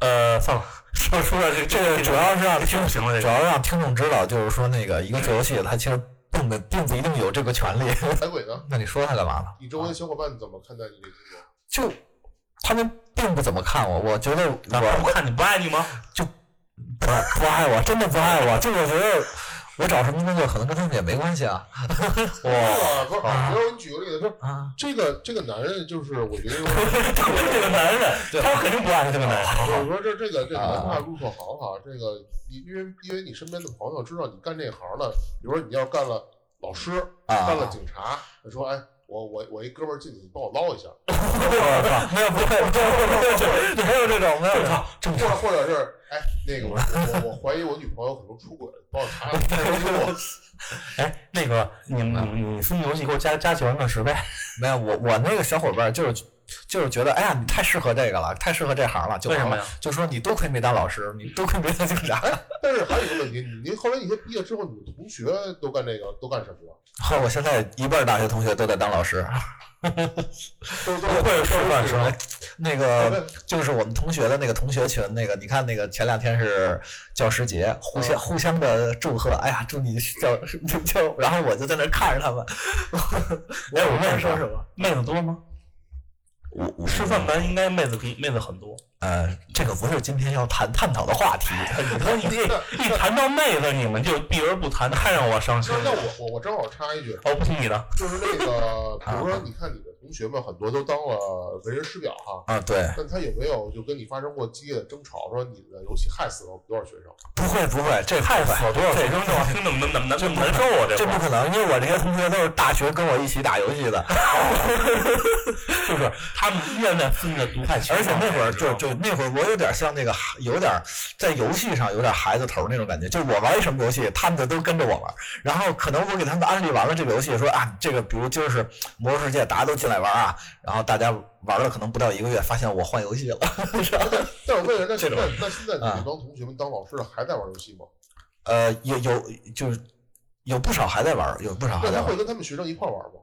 Speaker 3: 呃，算了， *laughs* 说说了这
Speaker 2: 这个主要是让啊听
Speaker 3: 不行了，这
Speaker 2: 主
Speaker 3: 个
Speaker 2: 要让听众知道，就是说那个一个做游戏，它其实并不并不一定有这个权利。 *laughs*
Speaker 1: 海鬼呢？
Speaker 2: 那你说他干嘛呢？
Speaker 1: 你周围的小伙伴怎么看待你这个工作？
Speaker 2: 就他们并不怎么看我，我觉得
Speaker 3: 那他
Speaker 2: 我
Speaker 3: 不看你不爱你吗？
Speaker 2: 不不爱我，真的不爱我。就我觉得我找什么工作可能跟他们也没关系啊
Speaker 1: 哇，不是，我给你举个例子，就是
Speaker 2: 啊！
Speaker 1: 这个这个男人，就是我觉得有点
Speaker 2: *laughs* 这个男人，他们肯定不爱这个男人。
Speaker 1: 就是说这这个这个
Speaker 2: 啊
Speaker 1: 文化入错行哈，这个你因为因为你身边的朋友知道你干这行了，比如说你要干了老师，
Speaker 2: 啊
Speaker 1: 干了警察，他说哎，我我我一哥们儿进去，你帮我捞一下，
Speaker 2: 没有不会，不会，没有这种，没有这种。
Speaker 1: 或者或者是哎那个我我我怀疑我女朋友可能出轨，你帮我查查。 *laughs*
Speaker 3: 哎，那个你你你私密游戏给我加加几万钻石呗。
Speaker 2: 没有，我我那个小伙伴就是就是觉得，哎呀，你太适合这个了，太适合这行了，就
Speaker 3: 为什么呀？
Speaker 2: 就说你多亏没当老师，你多亏没当警察。
Speaker 1: *laughs* 但是还有一个问题，你您后来你些毕业之后，你们同学都干这个都干什么了？
Speaker 2: 后我现在一半儿大学同学都在当老师，
Speaker 1: 都都
Speaker 2: 不会
Speaker 1: 都
Speaker 2: 说乱说。那个
Speaker 1: 呃
Speaker 2: 就是我们同学的那个同学群，那个你看那个前两天是教师节，互相互相的祝贺，哎呀，祝你教就，然后我就在那看着他们， *laughs* 哎，我问说什么？
Speaker 3: 妹子多吗？
Speaker 2: 我
Speaker 3: 师范班应该妹子比妹子很多。
Speaker 2: 呃，这个不是今天要谈探讨的话 *laughs* 题。
Speaker 3: 你说你这一谈到妹子，你们就避而不谈，太让我伤心
Speaker 1: 那那
Speaker 3: 了。
Speaker 1: 我我我正好插一句，
Speaker 3: 哦，不听你的，
Speaker 1: 就是那个，比如说你看你的同学们很多都当了为人师表哈，
Speaker 2: 啊，对，
Speaker 1: 但他有没有就跟你发生过激烈的争吵，说你的游戏害死了我们多少学生？
Speaker 2: 不会不会，这
Speaker 3: 太
Speaker 2: 不会
Speaker 3: 死多少
Speaker 2: 这
Speaker 3: 学生这听着难难难难受啊！这
Speaker 2: 这不可能，因为我这些同学都是大学跟我一起打游戏 *laughs* 的，
Speaker 3: 就是他们依然在私密的毒害群
Speaker 2: 嗯而且那会儿
Speaker 3: 你知道
Speaker 2: 就就
Speaker 3: 吗
Speaker 2: 那会儿，我有点像那个，有点在游戏上有点孩子头那种感觉。就我玩一什么游戏，他们就都跟着我玩。然后可能我给他们安利完了这个游戏，说啊，这个比如就是《魔兽世界》，大家都进来玩啊。然后大家玩了可能不到一个月，发现我换游戏了。
Speaker 1: 但我问人，那现
Speaker 2: 这种
Speaker 1: 在那现在你
Speaker 2: 啊
Speaker 1: 那帮同学们当老师的还在玩游戏吗？
Speaker 2: 呃，有有就是有不少还在玩，有不少还
Speaker 1: 那
Speaker 2: 在
Speaker 1: 他
Speaker 2: 玩
Speaker 1: 会。跟他们学生一块玩吗？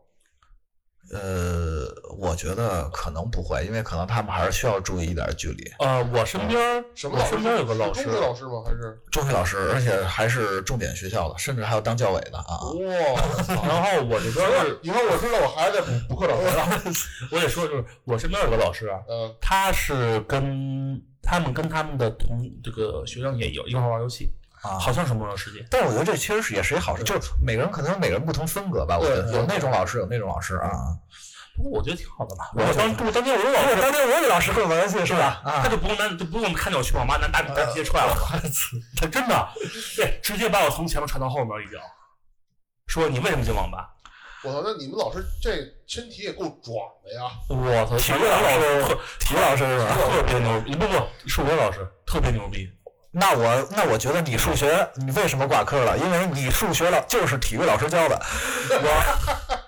Speaker 2: 呃，我觉得可能不会，因为可能他们还是需要注意一点距离。
Speaker 3: 呃，我身边儿
Speaker 1: 什么
Speaker 3: 我
Speaker 1: 老师？
Speaker 3: 身边有个老
Speaker 1: 是
Speaker 3: 师
Speaker 1: 中，学老师吗？还是
Speaker 2: 中学老师，而且还是重点学校的，甚至还有当教委的啊。
Speaker 1: 哇？操 *laughs*
Speaker 3: 然后我这边儿
Speaker 1: 以后我知道我孩子在补补课找回了。
Speaker 3: 我得说，就是我身边有个老师啊，
Speaker 1: 嗯
Speaker 3: 他是跟他们跟他们的同这个学生也有一块儿玩游戏，
Speaker 2: 啊
Speaker 3: 好像是魔兽世界。
Speaker 2: 但我觉得这其实是也是一好事，就是每个人可能有每个人不同风格吧。我觉得
Speaker 1: 对
Speaker 2: 有那种老师，有那种老师啊。
Speaker 3: 不过我觉得挺好的吧。
Speaker 2: 我
Speaker 3: 我当初当年我有老师，
Speaker 2: 当年我有老师会玩游戏是吧？
Speaker 3: 他
Speaker 2: 啊，呃
Speaker 3: 就不用拿就不用看见我去网吧拿大笔单直接踹
Speaker 2: *laughs*
Speaker 3: 我，他真的对直接把我从前面踹到后面已经。说你为什么进网吧？
Speaker 1: 我操，那你们老师这身体也够壮的呀！
Speaker 3: 我操！
Speaker 2: 体
Speaker 3: 体
Speaker 2: 育
Speaker 3: 育老
Speaker 2: 老
Speaker 3: 师
Speaker 2: 师，体育老师是吧？
Speaker 3: 特别牛逼，不不，数学老师特别牛逼。
Speaker 2: 那我那我觉得你数学你为什么挂科了？因为你数学老就是体育老师教的。
Speaker 1: *laughs*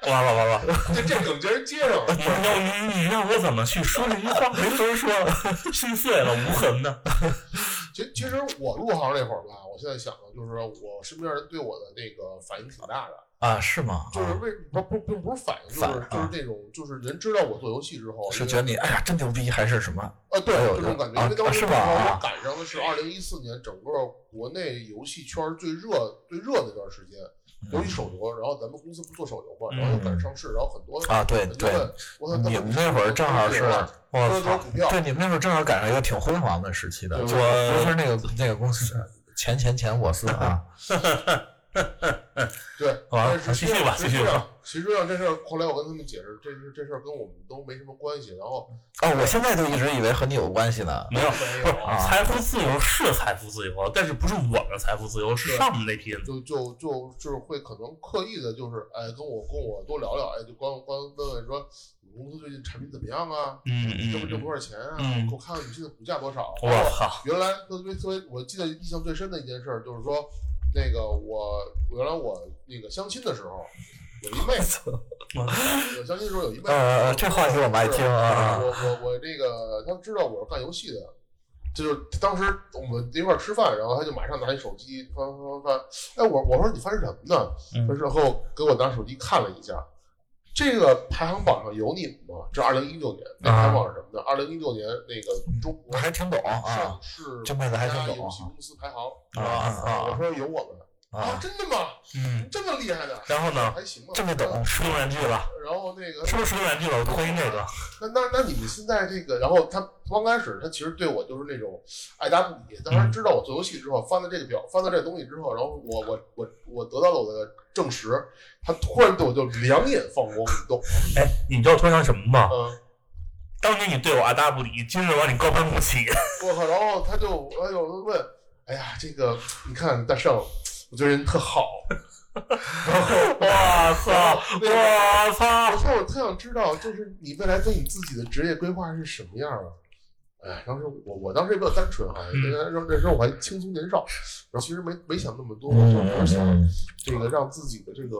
Speaker 3: 完了完了，
Speaker 1: 这这梗竟然接上了。
Speaker 3: 你要你你让我怎么去说这句话？没法说了，心碎了，无痕的。
Speaker 1: 其其实我入行那会儿吧，我现在想的就是我身边人对我的那个反应挺大的，
Speaker 2: 啊，是吗？
Speaker 1: 就是
Speaker 2: 啊
Speaker 1: 为不不并不是反应，就
Speaker 2: 反
Speaker 1: 是就
Speaker 2: 啊
Speaker 1: 是那种就是人知道我做游戏之后，
Speaker 2: 是
Speaker 1: 因为
Speaker 2: 觉得你哎呀真牛逼，还是什么？
Speaker 1: 啊，对，
Speaker 2: 哎呦
Speaker 1: 就这种感觉，
Speaker 2: 啊
Speaker 1: 因为当时
Speaker 2: 是
Speaker 1: 正
Speaker 2: 吧
Speaker 1: 好
Speaker 2: 啊
Speaker 1: 我赶上的是二零一四年整个国内游戏圈最热最热那段时间，
Speaker 2: 嗯
Speaker 1: 尤其手游，然后咱们公司不做手游嘛，然后又赶上市，然后很多
Speaker 2: 啊，对
Speaker 1: 很多
Speaker 2: 对，
Speaker 1: 人，我操，他
Speaker 2: 你们那会儿正好是，我
Speaker 1: 都做，
Speaker 2: 操
Speaker 1: 股票，
Speaker 2: 对，你们那会儿正好赶上一个挺辉煌的时期的，
Speaker 1: 对
Speaker 2: 我
Speaker 3: 我
Speaker 2: 不是那个那个公司前前前我
Speaker 1: *laughs*
Speaker 2: 司啊，
Speaker 1: 对，
Speaker 3: 啊
Speaker 1: 但是
Speaker 3: 继续吧
Speaker 1: 实
Speaker 3: 继续
Speaker 1: 际
Speaker 3: 吧
Speaker 1: 上，实际上这事儿后来我跟他们解释，这事这事儿跟我们都没什么关系，然后
Speaker 2: 哦，我现在就一直以为和你有关系呢。
Speaker 3: 没有，
Speaker 1: 没
Speaker 3: *laughs* 不
Speaker 1: 有
Speaker 3: 是
Speaker 2: 啊
Speaker 3: 财富自由是财富自由，但是不是我们财富自由，是
Speaker 1: 对
Speaker 3: 上面那批人。
Speaker 1: 就就就就是会可能刻意的，就是哎，跟我跟我多聊聊，哎，就光光问问说你们公司最近产品怎么样啊？
Speaker 3: 嗯嗯
Speaker 1: 挣不挣
Speaker 3: 嗯，
Speaker 1: 多少钱啊？
Speaker 3: 嗯
Speaker 1: 给我看看你现在股价多少？
Speaker 3: 我靠，
Speaker 1: 原来特别特别，我记得印象最深的一件事儿就是说，那个我我原来我那个相亲的时候，有一
Speaker 2: *laughs*
Speaker 1: 妹，我相亲的时候有一妹，
Speaker 2: 呃，这话题我们爱听啊
Speaker 1: 我我我那个他知道我是干游戏的，就是当时我们一块儿吃饭，然后他就马上拿起手机翻翻翻翻，哎，我我说你翻什么呢？
Speaker 3: 嗯
Speaker 1: 他之后给我拿手机看了一下，这个排行榜上有你们吗？这二零一六年，那
Speaker 2: 啊
Speaker 1: 排行榜是什么呢？二零一六年那个中
Speaker 2: 我 *laughs*
Speaker 1: 国
Speaker 2: 还挺懂啊
Speaker 1: 上市
Speaker 2: 这妹子还挺懂啊
Speaker 1: 游戏公司排行
Speaker 2: 啊啊
Speaker 1: 我
Speaker 2: 啊
Speaker 1: 说有我们
Speaker 2: 啊！
Speaker 1: 真的吗？
Speaker 3: 嗯，
Speaker 1: 这么厉害的？
Speaker 3: 然后呢，
Speaker 1: 还行吧，
Speaker 2: 这么懂。
Speaker 3: 使用玩具了，
Speaker 1: 然后那个
Speaker 3: 是不是使用玩具了？我推那个，
Speaker 1: 那那那你们现在这个，然后他刚开始他其实对我就是那种爱答不理，
Speaker 2: 嗯
Speaker 1: 但是知道我做游戏之后，翻到这个表，翻到这个东西之后，然后我我我我得到了我的证实，他突然对我就两眼放光，你懂？
Speaker 3: 哎，你知道我突然想什么吗？
Speaker 1: 嗯，
Speaker 3: 当年你对我爱答不理，今日我让你高攀不 *laughs* 起。
Speaker 1: 我靠，然后他就哎呦他问，哎呀，这个你看大圣，我觉得人特好，
Speaker 3: 我操！我
Speaker 1: 我
Speaker 3: 操！
Speaker 1: 说我特想知道，就是你未来对你自己的职业规划是什么样啊？哎，当时我我当时也比较单纯啊，
Speaker 3: 嗯
Speaker 1: 那时候那时候我还青葱年少，然后其实没没想那么多，我就
Speaker 2: 嗯
Speaker 1: 是想
Speaker 2: 嗯
Speaker 1: 这个让自己的这个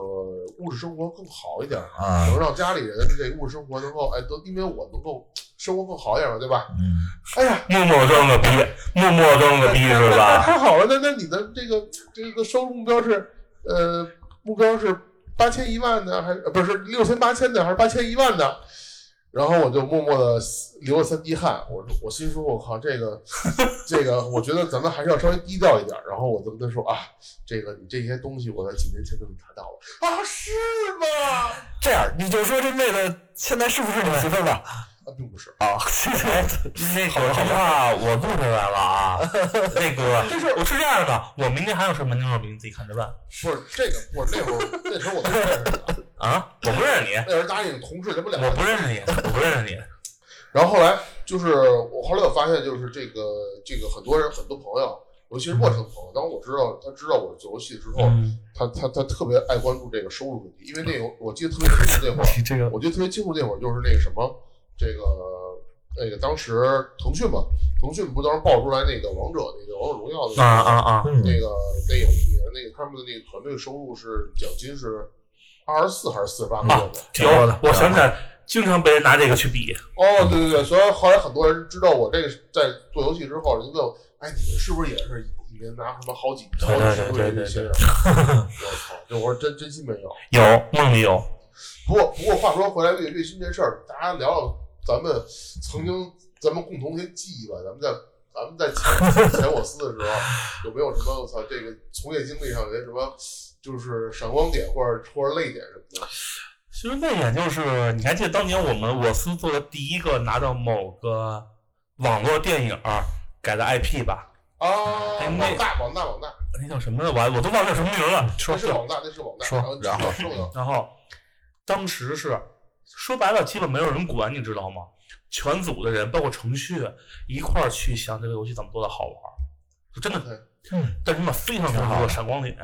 Speaker 1: 物质生活更好一点，
Speaker 2: 啊
Speaker 1: 能让家里人这物质生活能够哎都因为我能够生活更好一点嘛，对吧？
Speaker 2: 嗯，
Speaker 1: 哎呀，
Speaker 3: 默默装个逼，默默装个逼是
Speaker 1: 那
Speaker 3: 吧？
Speaker 1: 太好了，那那你的这个这个收入目标是呃目标是八千一万呢，还是呃不是六千八千的，还是八千一万的？然后我就默默的流了三滴汗，我说我心说我靠这
Speaker 3: *laughs*
Speaker 1: 个这个，我觉得咱们还是要稍微低调一点。然后我就跟他说啊，这个你这些东西我在几年前就已经拿到了啊，是吗？
Speaker 2: 这样你就说这妹子现在是不是你媳妇儿吧？
Speaker 1: 啊，并不是，
Speaker 3: *laughs*
Speaker 2: 啊，
Speaker 3: 那个什么，我录回来了 *laughs* 啊。那个，我是这样的，我明天还有什么那种名字，你看着办
Speaker 1: 不是这个，不是那会儿那时候我都不认识他，
Speaker 3: 啊。我不认识你，
Speaker 1: 那时候答应同事，咱们两个
Speaker 3: 我不认识你，我不认识你。
Speaker 1: 然后后来就是我后来我发现，就是这个这个很多人很多朋友，尤其是陌生的朋友，当我知道他知道我做游戏之后，
Speaker 3: 嗯，
Speaker 1: 他他他特别爱关注这个收入问题，因为那个我记得特别清楚
Speaker 3: 哦
Speaker 1: 那会儿，
Speaker 2: 你这个
Speaker 1: 我记得特别清楚那会儿就是那个什么这个那个当时腾讯嘛，腾讯不当时爆出来那个王者那个王者荣耀的
Speaker 3: 啊啊啊！
Speaker 2: 嗯
Speaker 1: 那个那有一年那个他们的那个团队收入是奖金是二十四还是四十八个月的？
Speaker 2: 挺
Speaker 3: 有
Speaker 2: 多的，，
Speaker 3: 我想起来，经常被人拿这个去比。
Speaker 1: 哦，对对对，所以后来很多人知道我这个是在做游戏之后，人家问我，哎，你们是不是也是一年拿什么好几好几十个月这些人？我 *laughs* 操，这我说真真心没有。
Speaker 3: 有梦里有，
Speaker 1: 不过不过话说回来，月月薪这事儿，大家聊聊咱们曾经咱们共同一些记忆吧。咱们在咱们在前前我司的时候，有没有什么我操这个从业经历上有些什么就是闪光点或者或者泪点什么的？
Speaker 3: 其实那点就是，你还记得当年我们我司做的第一个拿到某个网络电影儿改的 IP 吧？
Speaker 1: 啊，
Speaker 3: 哎那
Speaker 1: 网大网大网大，
Speaker 3: 那叫什么？我我都忘了什么名了。
Speaker 1: 那
Speaker 3: 说
Speaker 1: 是网大，那是网大。
Speaker 2: 说
Speaker 1: 然
Speaker 2: 然
Speaker 1: 后
Speaker 2: 后
Speaker 1: 这个这个
Speaker 3: 然后当时是说白了，基本没有人管，你知道吗？全组的人，包括程序，一块儿去想这个游戏怎么做的好玩儿，就真的，
Speaker 2: 嗯
Speaker 3: 但是嘛，非常非
Speaker 2: 挺
Speaker 3: 常
Speaker 2: 好
Speaker 3: 多
Speaker 2: 的
Speaker 3: 的闪光点。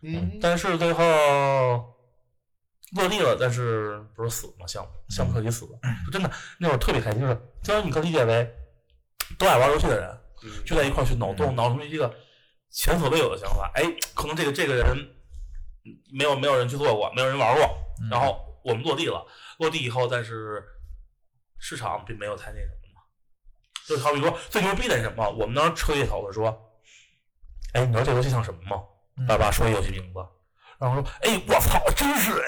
Speaker 1: 嗯，
Speaker 3: 但是最后落地了，但是不是死了吗？项目项目彻底死了，
Speaker 2: 嗯
Speaker 3: 就真的那会儿特别开心，就是虽然你可以理解为都爱玩游戏的人
Speaker 1: 嗯
Speaker 3: 聚在一块儿去脑洞，
Speaker 2: 嗯
Speaker 3: 脑出一个前所未有的想法。哎，可能这个这个人没有没有人去做过，没有人玩过，然后我们落地了，落地以后，但是市场并没有太那什么嘛，就好比说最牛逼的是什么？我们当时彻夜讨论说，哎，你知道这游戏像什么吗？爸爸说游戏名字，然后说，哎，我操，真是哎，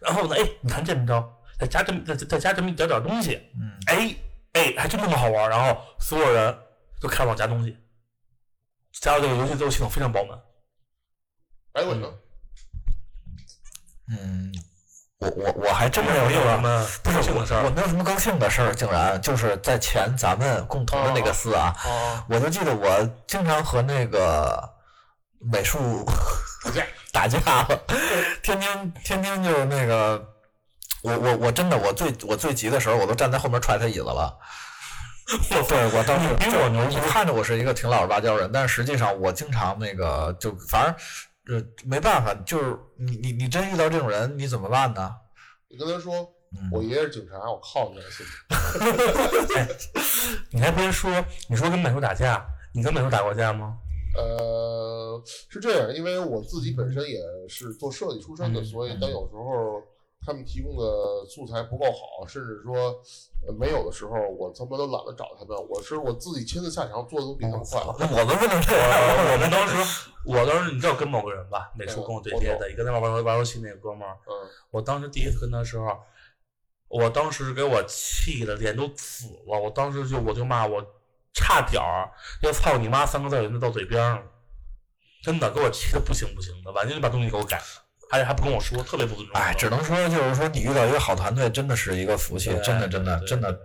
Speaker 3: 然后呢，哎，你看这么着，再加这么再再加这么一点点东西，
Speaker 2: 嗯，
Speaker 3: 哎哎，还真那么好玩儿。然后所有人都开始往加东西，加到这个游戏最后系统非常饱满。
Speaker 1: 哎，我呢？
Speaker 2: 嗯，我我我还真没有
Speaker 3: 没有
Speaker 2: 什
Speaker 3: 什
Speaker 2: 么，
Speaker 3: 么
Speaker 2: 不是
Speaker 3: 高兴的事
Speaker 2: 我我
Speaker 3: 儿
Speaker 2: 没有什啊么高兴的事儿，竟然就是在前咱们共同的那个司啊，
Speaker 3: 啊，
Speaker 2: 我就记得我经常和那个美术打架了，天天天天就那个，我我我真的我最我最急的时候，我都站在后面踹他椅子
Speaker 3: *laughs*
Speaker 2: 了。对，我当时
Speaker 3: 你比我牛逼
Speaker 2: 就看着我是一个挺老实巴交人，但是实际上我经常那个就反正呃没办法，就是你你你真遇到这种人你怎么办呢？
Speaker 1: 你跟他说，
Speaker 2: 嗯
Speaker 1: 我爷爷是警察，我靠你，信不信？
Speaker 3: 你还别说，你说跟美术打架，你跟美术打过架吗？
Speaker 1: 呃，是这样，因为我自己本身也是做设计出身的，
Speaker 3: 嗯
Speaker 1: 所以当有时候他们提供的素材不够好，甚至说呃没有的时候，我他妈都懒得找他们，我是我自己亲自下场做的都比他们快。
Speaker 2: 那我们不能 *laughs* 这样，
Speaker 3: 我们当时，我当时你知道跟某个人吧，美
Speaker 2: 哎
Speaker 3: 术
Speaker 1: 嗯
Speaker 3: 跟我对接
Speaker 1: 我
Speaker 3: 的，一个在那玩玩玩游戏那个哥们儿，
Speaker 1: 嗯，
Speaker 3: 我当时第一次跟他的时候，我当时给我气的脸都紫了，我当时就我就骂我差点儿要“操你妈”三个字儿就能到嘴边上了，真的给我气的不行不行的，完全就把东西给我改了，还还不跟我说，特别不尊重我。
Speaker 2: 哎，只能说就是说你遇到一个好团队真的是一个福气
Speaker 3: 对，
Speaker 2: 真的真的
Speaker 3: 对
Speaker 2: 真的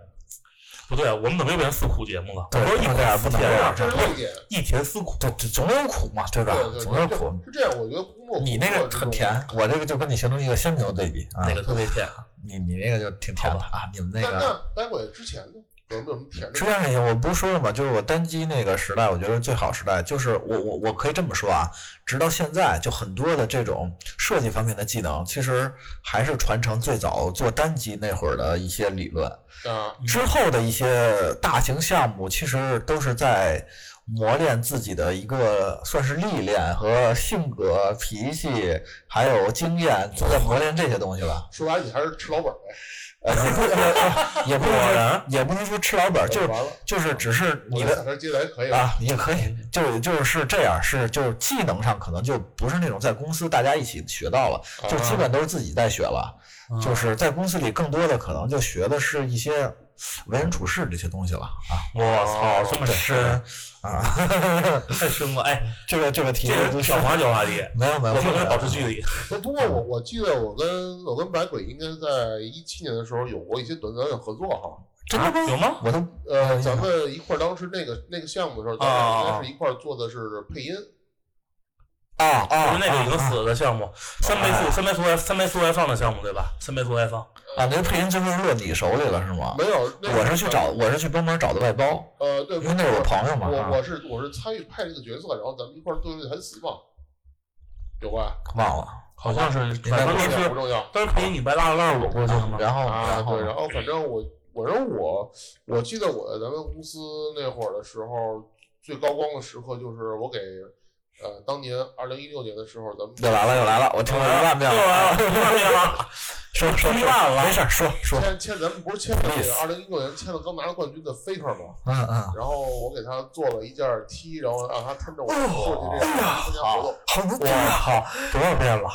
Speaker 3: 不对，我们怎么又变成诉苦节目了？
Speaker 2: 对
Speaker 3: 我说一啊
Speaker 2: 不能这样不能这
Speaker 1: 这
Speaker 2: 样
Speaker 1: 是一点。
Speaker 3: 一甜思苦，
Speaker 2: 对，这总有苦嘛，对吧？
Speaker 1: 对对
Speaker 2: 总有
Speaker 1: 对，
Speaker 2: 苦。
Speaker 1: 是这样，我觉得工作
Speaker 2: 你那个很甜，我这个就跟你形成一个鲜明的对比啊。
Speaker 3: 那个特别甜。
Speaker 2: 你你那个就挺甜的啊，你们那
Speaker 1: 但
Speaker 2: 个
Speaker 1: 那待会儿之前呢，有没有什么甜的
Speaker 2: 实际？上也我不是说了嘛，就是我单机那个时代，我觉得最好时代就是我我我可以这么说啊，直到现在，就很多的这种设计方面的技能，其实还是传承最早做单机那会儿的一些理论。
Speaker 1: 啊，
Speaker 2: 之后的一些大型项目，其实都是在磨练自己的一个算是历练和性格、脾气，还有经验，都在磨练这些东西吧。
Speaker 1: 说白了你还是吃老本呗，
Speaker 2: 呃，也不也不
Speaker 3: 果
Speaker 2: 能
Speaker 3: 然
Speaker 2: 也不能说吃老本儿，就是
Speaker 1: 完了，
Speaker 2: 就是只是
Speaker 1: 我
Speaker 2: 你
Speaker 1: 在
Speaker 2: 的
Speaker 1: 小车接来可以了。
Speaker 2: 啊，你也可以，就是就是这样，是就是技能上可能就不是那种在公司大家一起学到了，就基本都是自己在学了。就
Speaker 3: 嗯
Speaker 2: 是在公司里更多的可能就学的是一些为人处事这些东西了啊。
Speaker 3: 我操，这么深，
Speaker 2: *laughs* 啊，
Speaker 3: 太深了。哎，
Speaker 2: 这个这个题
Speaker 3: 这
Speaker 2: 目
Speaker 3: 个
Speaker 2: 就是
Speaker 3: 狡猾狡猾
Speaker 2: *laughs*
Speaker 3: 的，
Speaker 2: 没有没
Speaker 3: 我
Speaker 2: 有，
Speaker 3: 们跟他
Speaker 2: 不
Speaker 3: 保持距离。
Speaker 1: 不不过我我记得我跟我跟白鬼应该在一七年的时候有过一些短暂的合作哈。
Speaker 2: 真的吗？
Speaker 3: 有吗？
Speaker 2: 我都
Speaker 1: 呃，咱们一块儿当时那个那个项目的时候，咱俩应该是一块儿做的是配音，
Speaker 2: 啊啊，
Speaker 3: 就是那个已经
Speaker 2: 啊
Speaker 3: 死的项目，三倍速、三倍速外、三倍速外放的项目，对吧？三倍速外放，
Speaker 2: 啊，那个配音最后落你手里了是吗？
Speaker 1: 没有。那个
Speaker 2: 啊我是去找，我是去帮忙找的外包，
Speaker 1: 呃，对，
Speaker 2: 因为那是我朋友嘛。啊
Speaker 1: 我我是我是参与派这个角色，然后咱们一块儿做的很死嘛，有吧？
Speaker 2: 忘了。
Speaker 3: 好像是，
Speaker 2: 应
Speaker 1: 不
Speaker 2: 该
Speaker 3: 反
Speaker 1: 重
Speaker 3: 正就
Speaker 1: 要，不
Speaker 3: 是，
Speaker 1: 重要
Speaker 3: 但是陪你白拉拉我过去了嘛。
Speaker 2: 然后
Speaker 1: 啊。
Speaker 2: 然后
Speaker 1: 对，然后反正我，我说我，我记得我在咱们公司那会儿的时候，最高光的时刻就是我给呃，当年二零一六年的时候，咱们
Speaker 2: 又来了又来了，我听了一啊万遍
Speaker 3: 又
Speaker 2: 了
Speaker 3: 来了，。又来
Speaker 2: *laughs*
Speaker 3: 了，
Speaker 2: 说说
Speaker 3: 听
Speaker 2: 说
Speaker 3: 烂了，
Speaker 2: 没事儿说说，
Speaker 1: 签签咱们不是签了那个二零一六年签了刚拿了冠军的 Faker 吗？
Speaker 2: 嗯嗯，
Speaker 1: 然后我给他做了一件 T，然后让他穿着我过去这样参加活动。
Speaker 2: 哦哎好牛逼
Speaker 3: 我
Speaker 2: 啊！
Speaker 3: 靠，多少遍了，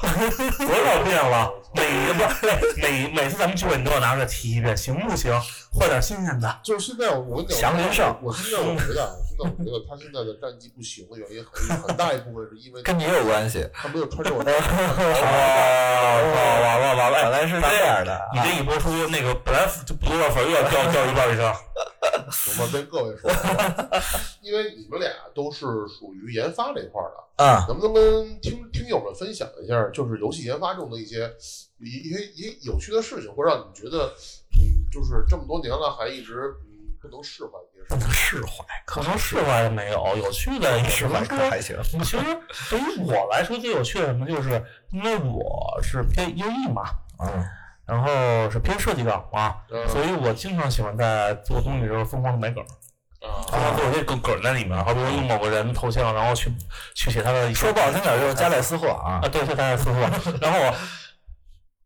Speaker 3: 多少遍了，每不 *laughs* 每每次咱们聚会你都要拿出来提一遍，行不行？换点新鲜的。
Speaker 1: 就是现在我跟你讲，
Speaker 2: 祥林胜
Speaker 1: 我现在我觉得啊，我现在我觉得他现在的战绩不行的原因很很大一部分是因为
Speaker 2: 跟你有关系。
Speaker 1: 他没有穿着我的。
Speaker 2: 哦，完了完了，原来是这样的。啊
Speaker 3: 你这一播出，那个本来就不多少分，又要掉掉一半以上。
Speaker 1: 我跟各位说，啊因为你们俩都是属于研发这块儿的，
Speaker 2: 嗯
Speaker 1: 能不能跟听听友们分享一下，就是游戏研发中的一些一些一些有趣的事情，会让你觉得，嗯，就是这么多年了还一直嗯不能释怀的一些事情。
Speaker 2: 不能 *laughs* 释怀，
Speaker 3: 可能释怀也没有，有趣的也
Speaker 2: 释
Speaker 3: 是
Speaker 2: 怀
Speaker 3: 能
Speaker 2: 可
Speaker 3: 说
Speaker 2: 还行。
Speaker 3: 其实对于我来说最有趣的什么，就是因为我是偏优异嘛，
Speaker 2: 嗯，
Speaker 3: 然后是偏设计党嘛，所
Speaker 1: 嗯
Speaker 3: 以我经常喜欢在做东西的时候疯狂的买梗，
Speaker 1: 啊，
Speaker 3: 疯狂地做一些梗梗在里面，好比说用某个人头像，然后去去写他的一些
Speaker 2: 说不好听点就是夹带私货啊
Speaker 3: 啊，。对，就他的私货， *laughs* 然后我。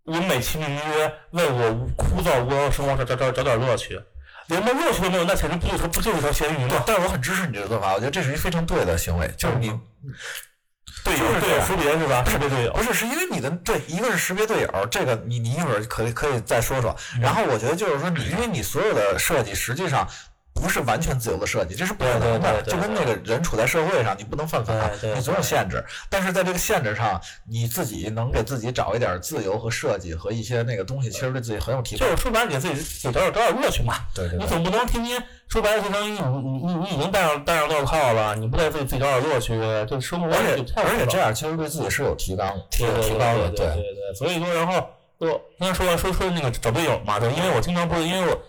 Speaker 3: 我美其名曰为我枯燥无聊的生活找找找找点乐趣，连个 Rose 都没有，那才是不就是不就是条咸鱼
Speaker 2: 对
Speaker 3: 吗？，
Speaker 2: 但是我很支持你的做法，我觉得这是一非常对的行
Speaker 3: 嗯
Speaker 2: 为，就是
Speaker 3: 哦
Speaker 2: 你就
Speaker 3: 队
Speaker 2: 是
Speaker 3: 友
Speaker 2: 这
Speaker 3: 队友
Speaker 2: 样
Speaker 3: 识别是吧？识别队友
Speaker 2: 不，是，是因为你的对，一个是识别队友，这个你你一会儿可以可以再说说。
Speaker 3: 嗯
Speaker 2: 然后我觉得就是说你，因为你所有的设计实际上不是完全自由的设计，这是不可能的，
Speaker 3: 对对对对
Speaker 2: 就跟那个人处在社会上，你不能犯法
Speaker 3: 对对，对
Speaker 2: 你总有限制。但是在这个限制上，你自己能给自己找一点自由和设计和一些那个东西，其实对自己很有提
Speaker 3: 就
Speaker 2: 高。
Speaker 3: 是说白了给自己找点找点乐趣嘛。
Speaker 2: 对对
Speaker 3: 你
Speaker 2: 对。
Speaker 3: 总不能天天说白了，相当于你你你你已经戴上戴上镣铐了，你不带自己自己找点乐趣，这生活
Speaker 2: 而且
Speaker 3: 就太无
Speaker 2: 而且
Speaker 3: 聊
Speaker 2: 这
Speaker 3: 了
Speaker 2: 样其实对自己是有提高
Speaker 3: 提
Speaker 2: 是有提高的，
Speaker 3: 对对对。所以说，然后就刚才说完说说那个找队友嘛，对，因为我经常不是因为我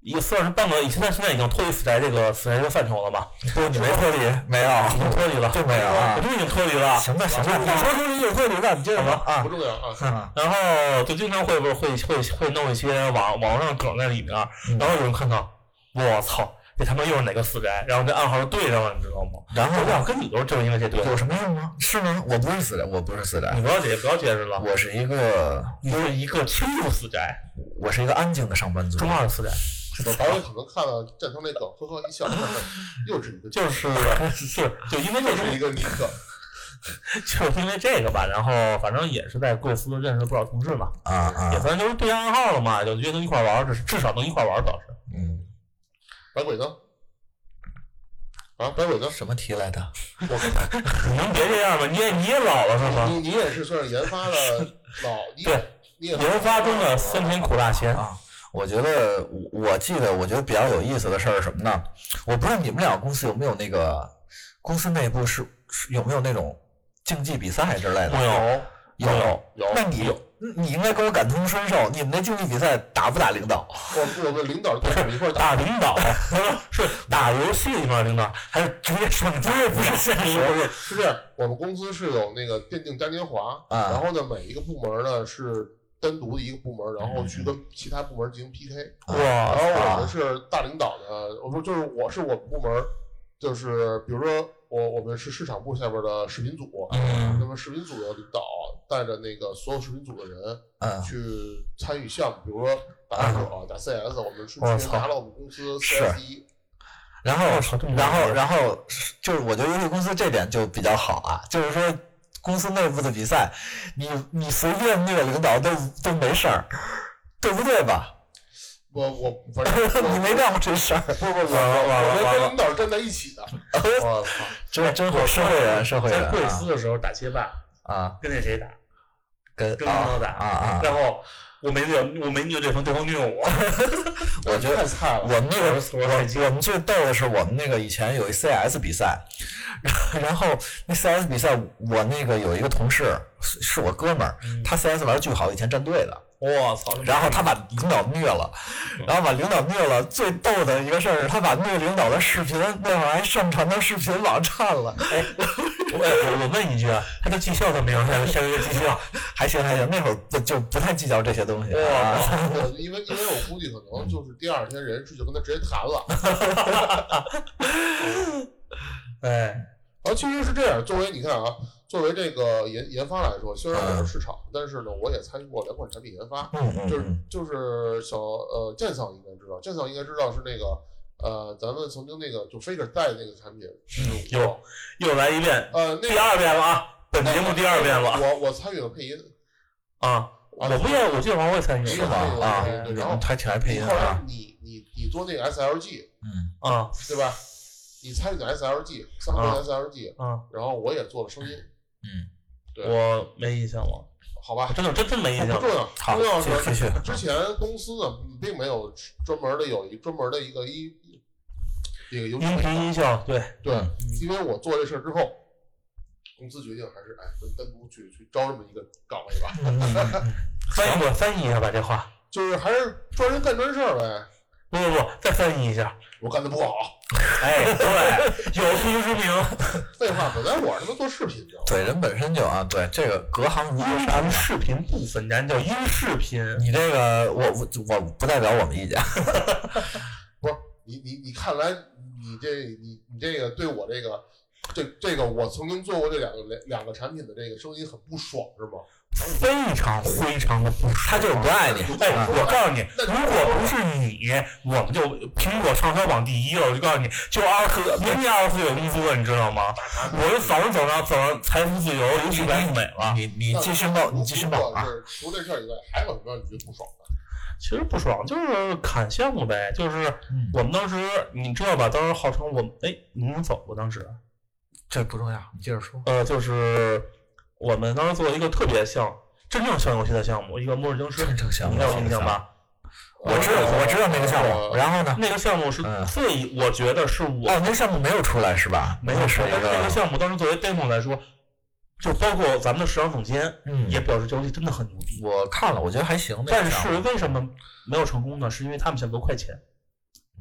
Speaker 3: 也算是半个，现在现在已经脱离死宅这个死宅这个范畴了嘛，
Speaker 2: 不，你没脱离，没有，
Speaker 3: 啊已经脱离了，
Speaker 2: 这没有啊
Speaker 3: 我就已经脱离了。啊
Speaker 2: 行吧行吧，你说出你有脱离的，你接着说啊
Speaker 1: 不。重要啊。
Speaker 2: 啊
Speaker 3: 然后就经常会会会会会弄一些网网上梗在里面，啊
Speaker 2: 嗯
Speaker 3: 然后有人看到，我操，这他妈又是哪个死宅，然后这暗号就对上了，你知道吗？
Speaker 2: 然后
Speaker 3: 我想跟你都正因为这对，
Speaker 2: 有什么用吗？嗯是吗？我不是死宅，我不是死
Speaker 3: 你
Speaker 2: 宅，
Speaker 3: 不要解不要解释了，
Speaker 2: 我是一个
Speaker 3: 你就是一个轻度死宅，
Speaker 2: 我是一个安静的上班族
Speaker 3: 中。二死宅，
Speaker 1: 我导演可能看了战涛那梗，呵呵一笑， *laughs* 又是一个，
Speaker 3: 就是
Speaker 2: *laughs*
Speaker 3: 是就因为这
Speaker 1: 又
Speaker 3: 个
Speaker 1: 是一个你梗。
Speaker 3: 就是因为这个吧，然后反正也是在贵司认识了不少同事嘛，
Speaker 2: 啊
Speaker 3: 也
Speaker 2: 啊，
Speaker 3: 反正就是对暗号了嘛，就约能一块玩儿，至至少能一块玩儿倒
Speaker 2: *laughs*
Speaker 3: 是。
Speaker 2: 嗯，
Speaker 1: 白鬼呢？啊，白鬼呢？
Speaker 2: 什么题来着？
Speaker 1: 我
Speaker 3: 你能别这样吗？你也你也老了是吗？
Speaker 2: 嗯
Speaker 1: 你你也是算是研
Speaker 3: *laughs*
Speaker 1: 发的老，你也
Speaker 3: 对
Speaker 1: 你也
Speaker 3: 研发中的酸甜苦辣咸，
Speaker 2: 啊，我觉得我我记得，我觉得比较有意思的事儿是什么呢？我不知道你们两个公司有没有那个公司内部是是有没有那种竞技比赛之类的？
Speaker 3: 有
Speaker 2: 有
Speaker 3: 有有
Speaker 2: 那你
Speaker 3: 有
Speaker 2: 你应该跟我感同身受，你们那竞技比赛打不打领导？
Speaker 1: 我我们领导跟我们一块儿打，
Speaker 3: 打
Speaker 2: *laughs*
Speaker 3: 领导，是打游戏里面的领导，还是职业上职业不是现实
Speaker 1: 不是是这样，我们公司是有那个电竞嘉年华，
Speaker 2: 啊
Speaker 1: 然后呢，每一个部门呢是单独的一个部门，然后去跟其他部门进行 PK。然
Speaker 3: 啊哇，
Speaker 1: 后我们是大领导的，我不就是我是我们部门儿，就是比如说我我们是市场部下边的视频组，啊
Speaker 3: 嗯
Speaker 1: 那么视频组的领导带着那个所有视频组的人
Speaker 3: 啊
Speaker 2: 嗯，
Speaker 1: 去参与项目，比如说打王者、打 CS，我们是去
Speaker 3: 我操
Speaker 1: 拿了我们公司
Speaker 2: 是
Speaker 1: CS 一，
Speaker 2: 然后
Speaker 3: 我操这么
Speaker 2: 然后，
Speaker 3: 牛
Speaker 2: 然后是就是我觉得游戏公司这点就比较好啊，就是说公司内部的比赛，你你随便虐领导都都没事儿，对不对吧？
Speaker 1: 我我反正
Speaker 2: *laughs* 你没干过这事儿，
Speaker 1: 不不
Speaker 2: *laughs*
Speaker 1: 不，
Speaker 3: 完了完了
Speaker 1: 我
Speaker 3: 完
Speaker 1: 们
Speaker 3: 了
Speaker 1: 跟领导站在一起的，
Speaker 3: *laughs* 我操！
Speaker 2: 真真会社会人，社会人
Speaker 4: 在贵
Speaker 2: 啊
Speaker 4: 司的时候打街霸，
Speaker 2: 啊，
Speaker 4: 跟那谁打，
Speaker 2: 跟
Speaker 4: 跟领
Speaker 2: 啊
Speaker 4: 导打，
Speaker 2: 啊啊！
Speaker 4: 然后我没虐，我没虐对方，对方虐
Speaker 2: *laughs*
Speaker 4: 我，
Speaker 2: 我觉得
Speaker 1: 太菜
Speaker 2: 我
Speaker 1: 了。
Speaker 2: 们那个
Speaker 4: 我我
Speaker 2: 我我们最逗的是，我们那个以前有一 CS 比赛， *laughs* 然后那 CS 比赛，我那个有一个同事是是我哥们儿，他 CS 玩儿巨好，以前战队的。
Speaker 3: 我操！
Speaker 2: 然后他把领导虐了，然后把领导虐了。最逗的一个事儿是，他把虐领导的视频那会儿还上传到视频网站了， *laughs*
Speaker 3: 我我我问一句，啊，他的绩效怎么样？下个下个月绩
Speaker 2: *laughs*
Speaker 3: 效？
Speaker 2: 还行还行。那会儿不就不太计较这些东西啊。
Speaker 1: 我因为因为我估计可能就是第二天人事就跟他直接谈了，
Speaker 3: 哎，
Speaker 1: 然后啊其实是这样，作为你看啊，作为这个研研发来说，虽然我是市场，但是呢，我也参与过两款产品研发，
Speaker 2: 嗯嗯
Speaker 1: 就是
Speaker 2: 嗯，
Speaker 1: 就是小呃，建桑应该知道，建桑应该知道是那个呃，咱们曾经那个就 Faker 带的那个产品，
Speaker 3: 又又来一遍，
Speaker 1: 呃，那
Speaker 3: 嗯第
Speaker 1: 个
Speaker 3: 二遍了啊！本节目第二遍了
Speaker 1: 我我参与了配音，
Speaker 3: 啊！我不也，我记得王也参与
Speaker 1: 是
Speaker 2: 是
Speaker 3: 了
Speaker 2: 吗？啊
Speaker 1: 对对对，然后
Speaker 2: 嗯还挺爱配
Speaker 1: 你
Speaker 2: 音
Speaker 1: 后来
Speaker 2: 啊。
Speaker 1: 你你你做那个 SLG
Speaker 2: 嗯，
Speaker 3: 啊
Speaker 1: 对吧？你参与的 SLG 三国
Speaker 3: 啊
Speaker 1: SLG，
Speaker 3: 啊！
Speaker 1: 然后我也做了声音，对
Speaker 3: 我没印象了，
Speaker 1: 好吧？
Speaker 3: 真的真真没印
Speaker 1: 不
Speaker 2: *laughs*
Speaker 3: 象
Speaker 1: 重。要，
Speaker 2: 好
Speaker 1: 重要，
Speaker 2: 继
Speaker 1: 是
Speaker 2: 续继续。
Speaker 1: 之前公司呢嗯并没有专门的有一专门的一个一一个游戏
Speaker 3: 音频音效对，
Speaker 1: 对，
Speaker 2: 嗯
Speaker 1: 因为我做这事儿之后，公司决定还是哎，咱单独去去招这么一个岗位吧，
Speaker 2: 嗯嗯嗯嗯
Speaker 3: *laughs* 翻译我翻译一下吧，这话
Speaker 1: 就是还是专人干专事儿呗。
Speaker 3: 不不不，再翻译一下。
Speaker 1: 我干的不好，
Speaker 3: 哎，对，有突出之名，
Speaker 1: 废话，本来我他妈做视频的，
Speaker 2: 对，人本身就啊，对这个隔行如隔
Speaker 3: 音
Speaker 2: 山
Speaker 3: 频
Speaker 2: 嘛。
Speaker 3: 视频不分，咱叫音视频。
Speaker 2: 你这个我我我不代表我们意见。
Speaker 1: 你你你看来你这你你这个对我这个。这这个我曾经做过这两个两两个产品的这个声音很不爽是吗？
Speaker 5: 非常非常的不爽，
Speaker 2: 他就是不爱你
Speaker 5: 哎，
Speaker 1: 嗯
Speaker 5: 我告诉你，
Speaker 1: 那
Speaker 5: 如果不是你，我们就苹果畅销榜第一了。我就告诉你，就二十四，明年二十四有工资了，你知道吗？
Speaker 2: 啊
Speaker 5: 我就早上走上走上财富自由，尤其来美了。
Speaker 2: 你
Speaker 1: 嗯
Speaker 2: 你继续冒，你继续冒啊！
Speaker 1: 是除这事儿以外，还有什么让你觉得不爽的？
Speaker 3: 其实不爽，就是砍项目呗。就是
Speaker 2: 嗯
Speaker 3: 我们当时，你知道吧？当时号称我们，哎，你怎么走过当时？
Speaker 2: 这不重要，你接着说。
Speaker 3: 呃，就是我们当时做了一个特别像真正像游戏的项目，一个末日僵尸，
Speaker 2: 真正项目
Speaker 3: 你有印象吧？
Speaker 2: 我知道，我知道那个项目。
Speaker 1: 嗯
Speaker 2: 然后呢？
Speaker 3: 那个项目是
Speaker 2: 嗯
Speaker 3: 最，我觉得是我
Speaker 2: 哦，那项目没有出来是吧？
Speaker 3: 没有
Speaker 2: 是
Speaker 3: 说，
Speaker 2: 一
Speaker 3: 但是这个
Speaker 2: 个，
Speaker 3: 项目当时作为 demo 来说，就包括咱们的市场总监
Speaker 2: 嗯，
Speaker 3: 也表示这游戏真的很牛逼。
Speaker 2: 我看了，我觉得还行。那个
Speaker 3: 但
Speaker 2: 项目
Speaker 3: 是为什么没有成功呢？是因为他们想多快钱。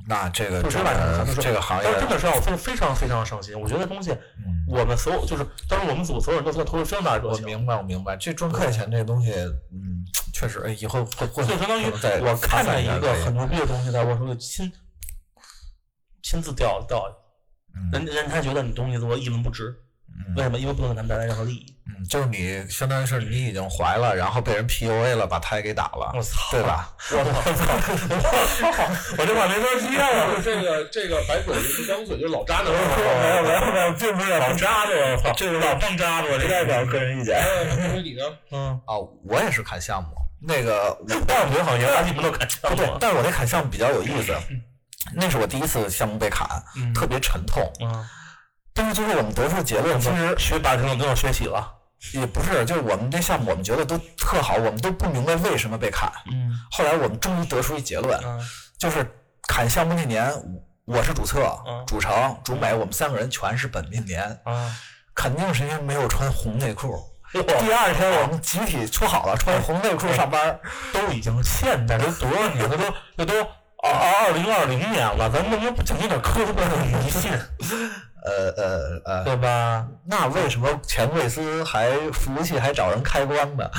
Speaker 2: 那这个
Speaker 3: 就
Speaker 2: 这
Speaker 3: 是晚上咱们
Speaker 2: 个
Speaker 3: 说
Speaker 2: 这个行业
Speaker 3: 但是，这本事让我非非常非常伤心。我觉得东西，
Speaker 2: 嗯
Speaker 3: 我们所有就是当时我们组所有人都在投入非常大的热
Speaker 2: 我
Speaker 3: 情，
Speaker 2: 明白，我明白，这赚快钱这东西，嗯，确实，哎，以后会会
Speaker 3: 就相当于
Speaker 2: 会再
Speaker 3: 我看
Speaker 2: 发
Speaker 3: 见
Speaker 2: 散下
Speaker 3: 一个
Speaker 2: 可以
Speaker 3: 很牛逼的东西，在我手里亲亲自掉掉，
Speaker 2: 嗯
Speaker 3: 人人家觉得你东西怎么一文不值？
Speaker 2: 嗯
Speaker 3: 为什么？因为不能给他们带来任何利益。
Speaker 2: 嗯，就是你相当于是你已经怀了，然后被人 PUA 了，把胎给打了，
Speaker 5: 哦
Speaker 3: 我操！
Speaker 2: 对？ *laughs* 吧？
Speaker 3: 我操！
Speaker 5: 我就把没说接了。
Speaker 1: 呃这个这个白嘴不张嘴就是老渣男，
Speaker 5: 没有没有没有，并不是老渣子，我操，
Speaker 2: 这个
Speaker 5: 老棒渣子，我这代表个人意见。
Speaker 1: 那你呢？
Speaker 5: 嗯，
Speaker 2: 啊，我也是看项目，那个我
Speaker 5: 但我觉得好像你们都看
Speaker 2: 不对，但是我那砍项目比较有意思，
Speaker 5: 嗯
Speaker 2: 那是我第一次项目被砍，
Speaker 3: 嗯
Speaker 2: 特别沉痛。
Speaker 3: 嗯，
Speaker 2: 但是就是我们得出结论，其实
Speaker 5: 学霸成了跟我学习了。
Speaker 2: 也不是，就是我们这项目我们觉得都特好，我们都不明白为什么被砍。
Speaker 3: 嗯
Speaker 2: 后来我们终于得出一结论，
Speaker 3: 嗯
Speaker 2: 就是砍项目那年，我是主策
Speaker 3: 嗯、
Speaker 2: 主成、主美，我们三个人全是本命年，
Speaker 3: 啊，
Speaker 2: 肯定是因为没有穿红内裤。第二天我们集体说好了穿红内裤上班，
Speaker 5: 都已经现代，都多少年了？都这都二二零二零年了，咱们能不能讲究点科学的迷信，
Speaker 2: 呃呃呃，
Speaker 5: 对吧？
Speaker 2: 那为什么钱贵司还服务器还找人开光呢？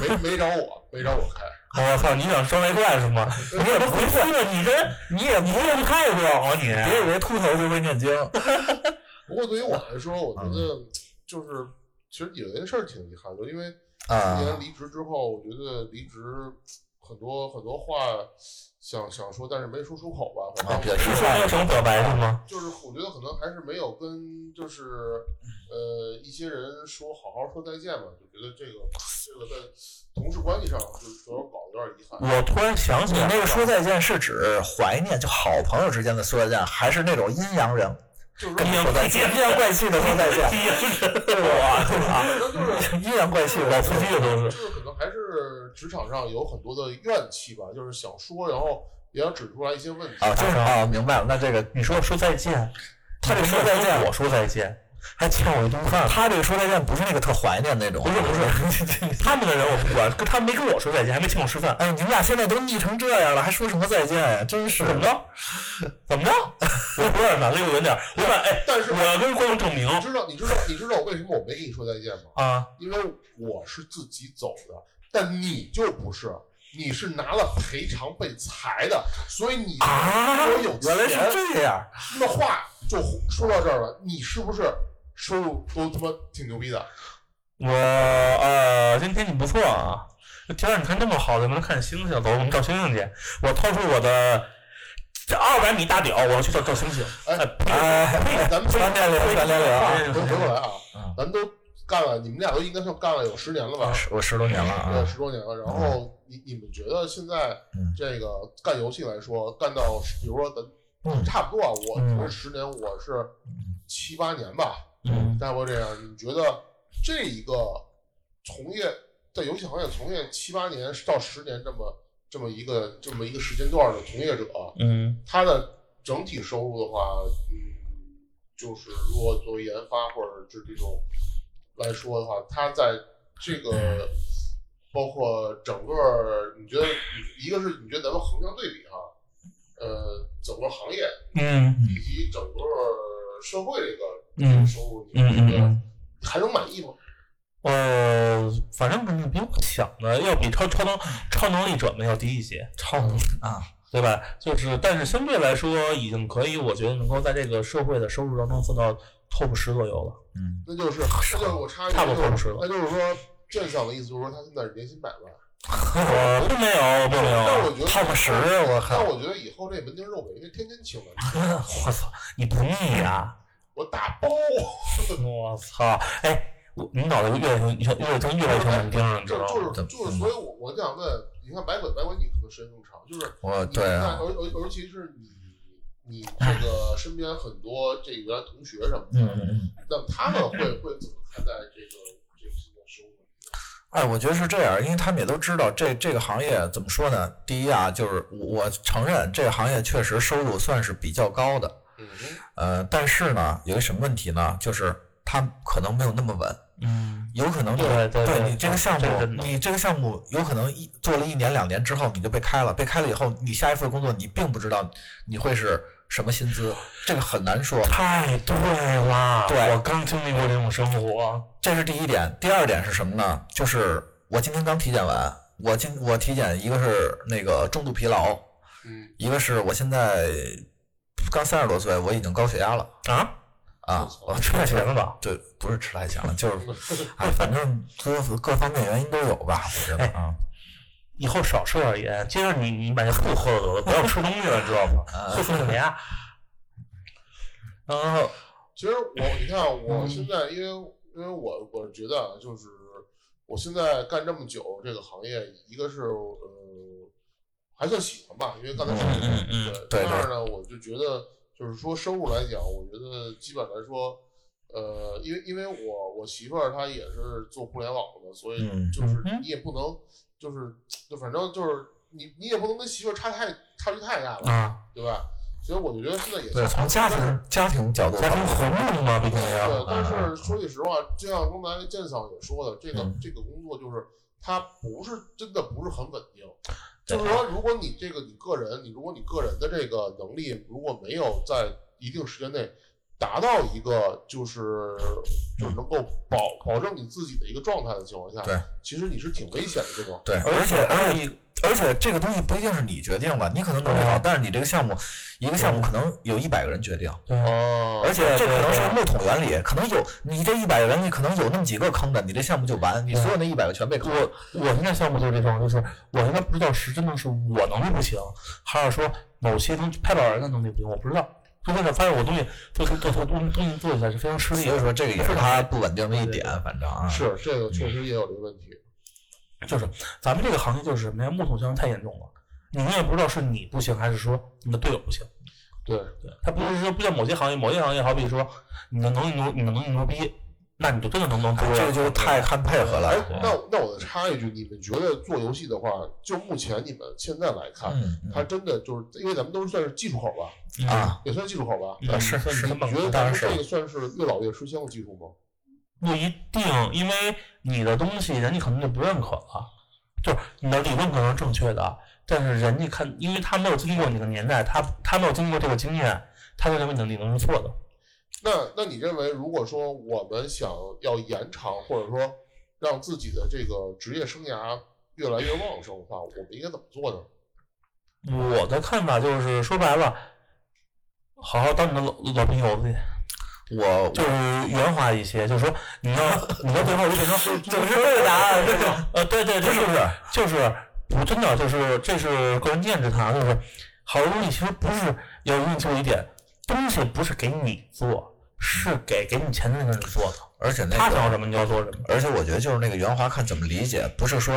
Speaker 1: 没没找我，没找我
Speaker 2: *laughs*
Speaker 1: 开。
Speaker 5: 我操，你想双雷怪是吗？你也不会了，你这你也不用太多啊你。
Speaker 2: 别以为秃头就会念经，
Speaker 1: 不过对于我来说，我
Speaker 2: 嗯
Speaker 1: 觉得就是其实有件事儿挺遗憾的，因为
Speaker 2: 啊
Speaker 1: 今年离职之后，我觉得离职很多很多话想想说，但是没说出口吧。
Speaker 2: 啊
Speaker 1: 反
Speaker 2: 比
Speaker 1: 正
Speaker 2: 较
Speaker 5: 你说没有什么表白是吗？
Speaker 1: 就是我觉得可能还是没有跟就是呃一些人说好好说再见吧，就觉得这个这个在同事关系上就是主要搞得有点遗憾。
Speaker 5: 我突然想起
Speaker 2: 你
Speaker 5: 来了，
Speaker 2: 那个说再见是指怀念，就好朋友之间的说再见，还是那种阴阳人
Speaker 1: 就是
Speaker 2: 跟
Speaker 1: 说
Speaker 2: 你说再见，阴阳怪气的说再见，
Speaker 1: 可能就是
Speaker 2: 啊阴阳怪气的
Speaker 5: 夫妻都是
Speaker 1: 就是可能还是职场上有很多的怨气吧，就是想说，然后也要指出来一些问题。
Speaker 2: 啊，就是
Speaker 5: 哦
Speaker 2: 啊，明白了，那这个
Speaker 5: 你说说再见，
Speaker 2: 他得说再见
Speaker 5: 跟我说再见，还欠我一顿饭。
Speaker 2: 他这个说再见不是那个特怀念那种，啊
Speaker 5: 不是不是， *laughs* 他们的人我不管，跟他没跟我说再见，还没请我吃饭，
Speaker 2: 哎，你们俩现在都腻成这样了，还说什么再见呀？真是
Speaker 5: 怎么
Speaker 2: *laughs*
Speaker 5: 着？怎么着？我不是哪离我远点儿，我把哎，
Speaker 1: 但是
Speaker 5: 我要跟观众证明
Speaker 1: 你知道，你知道，你知道我为什么我没跟你说再见吗？
Speaker 5: 啊，
Speaker 1: 因为我是自己走的，但你就不是，你是拿了赔偿被裁的，所以你
Speaker 2: 啊
Speaker 1: 我有
Speaker 2: 原来是
Speaker 1: 钱，
Speaker 2: 这样，
Speaker 1: 那话就说到这儿了。你是不是收入都他妈挺牛逼的？
Speaker 5: 我呃，今天天气不错啊，天儿你看这么好，咱们看星星，走，我们照星星去。我掏出我的这二百米大屌，我要去照照星呃星。
Speaker 1: 哎
Speaker 2: 哎，
Speaker 1: 咱们
Speaker 2: 全年龄，全年龄啊！
Speaker 1: 回回过来啊
Speaker 2: 嗯，
Speaker 1: 咱都干了，你们俩都应该算干了有十年了吧？
Speaker 2: 我十多年了
Speaker 1: 对，
Speaker 2: 啊，
Speaker 1: 十多年了。然后你你们觉得现在
Speaker 2: 嗯
Speaker 1: 这个干游戏来说，干到比如说
Speaker 2: 嗯
Speaker 1: 咱差不多啊，我
Speaker 2: 嗯
Speaker 1: 我是十年，我是七八年吧，
Speaker 5: 嗯，
Speaker 1: 差不多这样。你觉得这一个从业在游戏行业从业七八年到十年这么这么一个这么一个时间段的从业者，啊
Speaker 5: 嗯，
Speaker 1: 他的整体收入的话，嗯，就是如果作为研发或者是这种来说的话，他在这个包括整个儿，你觉得一个是你觉得咱们横向对比哈、呃，整个行业
Speaker 5: 嗯
Speaker 1: 以及整个儿社会这个这
Speaker 5: 嗯
Speaker 1: 个收入，
Speaker 5: 嗯
Speaker 1: 你
Speaker 5: 嗯
Speaker 1: 觉得
Speaker 5: 嗯，
Speaker 1: 还能满意吗？
Speaker 5: 呃，反正肯定比我想的要比超超能超能力者们要低一些。
Speaker 2: 超能啊，
Speaker 5: 对吧？就是，但是相对来说，已经可以，我觉得能够在这个社会的收入当中做到 top 十左右了。
Speaker 2: 嗯
Speaker 1: 那就是，那就是我插一句，
Speaker 5: 差不多
Speaker 1: 就
Speaker 5: 不
Speaker 1: 是
Speaker 5: 是了
Speaker 1: 那就是说，鉴赏的意思就是说他现在是年薪百万，
Speaker 3: 我并没有，并
Speaker 2: 啊
Speaker 3: 没
Speaker 1: 但
Speaker 3: 有。
Speaker 1: 我觉得
Speaker 2: top 十，我
Speaker 1: *laughs* 但
Speaker 2: 靠，
Speaker 1: 我觉得以后这门庭肉美，因为天天请门，
Speaker 3: 我操，你不腻啊？
Speaker 1: 我打包，啊
Speaker 3: 我操！哎，我你脑袋越来越越越越来越像门钉了，你知
Speaker 1: 就
Speaker 3: 道吗？嗯
Speaker 1: 就是就是，所以我我想问，你看白鬼白鬼你可能时间更长，就是
Speaker 2: 我
Speaker 1: 你
Speaker 2: 对
Speaker 1: 看
Speaker 2: 啊，
Speaker 1: 尤尤尤其是你你这个身边很多这个原来同学什么
Speaker 2: 嗯
Speaker 1: 的，
Speaker 2: 嗯嗯。
Speaker 1: 那么他们会会怎么看待这个这个新的收入？
Speaker 2: 哎，我觉得是这样，因为他们也都知道这这个行业怎么说呢？第一啊，就是我我承认这个行业确实收入算是比较高的，
Speaker 1: 嗯
Speaker 2: 呃，但是呢，有一个什么问题呢？就是它可能没有那么稳，
Speaker 3: 嗯，
Speaker 2: 有可能就
Speaker 3: 对对对
Speaker 2: 你这个项目
Speaker 3: 这是，真的
Speaker 2: 你这个项目有可能一做了一年两年之后你就被开了，被开了以后，你下一份工作你并不知道你会是什么薪资，这个很难说。
Speaker 3: 太对了，
Speaker 2: 对
Speaker 3: 我刚经历过这种生活，
Speaker 2: 这是第一点。第二点是什么呢？就是我今天刚体检完，我今我体检一个是那个重度疲劳，
Speaker 1: *laughs* 嗯
Speaker 2: 一个是我现在刚三十多岁，我已经高血压了
Speaker 3: 啊
Speaker 2: 啊
Speaker 1: 我操，
Speaker 2: 我
Speaker 3: 吃太闲了吧？
Speaker 2: 对，不是吃太强了，就是
Speaker 3: *laughs*
Speaker 2: 哎，反正各各方面原因都有吧，我觉得
Speaker 3: 哎
Speaker 2: 啊。
Speaker 3: 以后少吃点盐，接着你你把那醋喝了得了，不要吃东西了，知道
Speaker 2: *laughs*
Speaker 3: 吗？
Speaker 2: 嗯
Speaker 3: 会出血压。然后，
Speaker 1: 其实我你
Speaker 3: *laughs*
Speaker 1: 看我
Speaker 3: 嗯
Speaker 1: 现在，因为因为我我是觉得啊，就是我现在干这么久这个行业，一个是呃还算喜欢吧，因为刚才说的
Speaker 3: 嗯嗯
Speaker 1: 对，
Speaker 2: 对
Speaker 1: 第二呢，我就觉得就是说收入来讲，我觉得基本来说，呃，因为因为我我媳妇儿她也是做互联网的，所以
Speaker 2: 嗯
Speaker 1: 就是
Speaker 3: 嗯哼
Speaker 1: 你也不能就是就反正就是你你也不能跟媳妇儿差太差距太大了，
Speaker 3: 啊，
Speaker 1: 对吧？所以我就觉得现在也
Speaker 2: 对，从家庭家庭角度
Speaker 3: 家
Speaker 2: 上，
Speaker 3: 庭和睦嘛，毕竟
Speaker 2: 哎
Speaker 3: 要。
Speaker 1: 对，但
Speaker 3: 嗯
Speaker 1: 是说句实话，就像刚才建嫂也说的，这个、
Speaker 2: 嗯
Speaker 1: 这个工作就是它不是真的不是很稳定。就是说，如果你这个你个人，你如果你个人的这个能力如果没有在一定时间内达到一个就是就是能够保保证你自己的一个状态的情况下，
Speaker 2: 对，
Speaker 1: 其实你是挺危险的，对吧？
Speaker 2: 对，而且而且而且这个东西不一定是你决定的，你可能能力好，但是你这个项目一个项目可能有一百个人决定，
Speaker 1: 哦
Speaker 2: 而且这
Speaker 3: 对
Speaker 2: 可能
Speaker 3: 对
Speaker 2: 是木桶原理，可能有你这一百个人，你可能有那么几个坑的，你这项目就完，你所有那一百个全被坑。
Speaker 3: 我我现在项目就是这种，就是我现在不知道是真的是我能力不行，还是说某些东西拍板人的能力不行，我不知道。就开始发现我东西做做做做东东西做起来是非常吃力
Speaker 2: 所以
Speaker 3: 的，
Speaker 2: 说这个也是它不稳定的一点，反正啊，
Speaker 1: 是这个确实也有这个问题。
Speaker 3: 就是咱们这个行业就是什么呀？木桶效应太严重了，你也不知道是你不行，还是说你的队友不行。
Speaker 1: 对，
Speaker 3: 对，它不是说不像某些行业，某些行业好比说你的能力牛，你的能力牛逼，那你就真的能能做。
Speaker 2: 哎这个就太看配合了
Speaker 1: 哎。，那那我再插一句，你们觉得做游戏的话，就目前你们现在来看，
Speaker 2: 嗯
Speaker 1: 它真的就是因为咱们都算是技术口吧，
Speaker 3: 嗯，
Speaker 2: 啊，
Speaker 1: 也算技术口吧。
Speaker 3: 嗯
Speaker 2: 是
Speaker 3: 算
Speaker 2: 是
Speaker 3: 成
Speaker 1: 你
Speaker 3: 本
Speaker 1: 觉得
Speaker 3: 高
Speaker 1: 咱
Speaker 2: 当
Speaker 1: 们
Speaker 2: 然是
Speaker 1: 这个算是越老越吃香的技术吗？
Speaker 3: 嗯不一定，因为你的东西人家可能就不认可了，就是你的理论可能是正确的，但是人家看，因为他没有经过你的年代，他他没有经过这个经验，他就认为你的理论是错的。
Speaker 1: 那那你认为，如果说我们想要延长，或者说让自己的这个职业生涯越来越旺盛的话，我们应该怎么做呢？
Speaker 3: 我的看法就是，说白了，好好当你的老老兵油去，
Speaker 2: 我
Speaker 3: 就是圆滑一些，就是说你要 *laughs* 你到最后就变成
Speaker 2: 总是为了答案
Speaker 3: 这种，呃，对对对，
Speaker 2: 是不是？
Speaker 3: 就是我真的就是这是个人见之谈，就是好多东西其实不是有运气一点，东西不是给你做，是给给你钱的那个人做的，
Speaker 2: 而且那
Speaker 3: 他
Speaker 2: 个
Speaker 3: 想要什么你就要做什么。
Speaker 2: 而且我觉得就是那个圆滑看怎么理解，不是说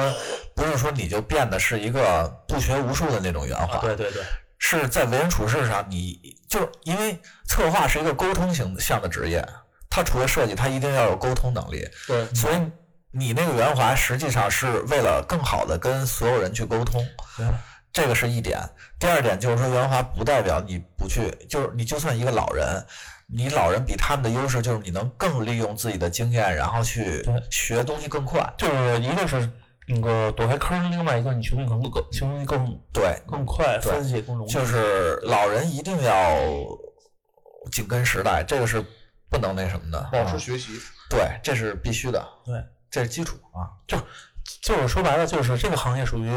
Speaker 2: 不是说你就变得是一个不学无术的那种圆滑，
Speaker 3: 啊，对对对，
Speaker 2: 是在为人处事上，你就是因为策划是一个沟通型向的职业，它除了设计，它一定要有沟通能力，
Speaker 1: 对，
Speaker 2: 所以你那个圆滑实际上是为了更好的跟所有人去沟通
Speaker 3: 对，
Speaker 2: 这个是一点。第二点就是说，圆滑不代表你不去，就是你就算一个老人，你老人比他们的优势就是你能更利用自己的经验，然后去
Speaker 3: 对
Speaker 2: 学东西更快。
Speaker 3: 就是一个是那个躲开坑，另外一个你学东西可能更学东西更
Speaker 2: 对，
Speaker 3: 更快，
Speaker 2: 对
Speaker 3: 分析也更容易。
Speaker 2: 就是老人一定要紧跟时代，这个是不能那什么的。
Speaker 1: 保持
Speaker 2: 啊
Speaker 1: 学习。
Speaker 2: 对，这是必须的。
Speaker 3: 对，
Speaker 2: 这是基础啊。
Speaker 3: 就是说白了，就是这个行业属于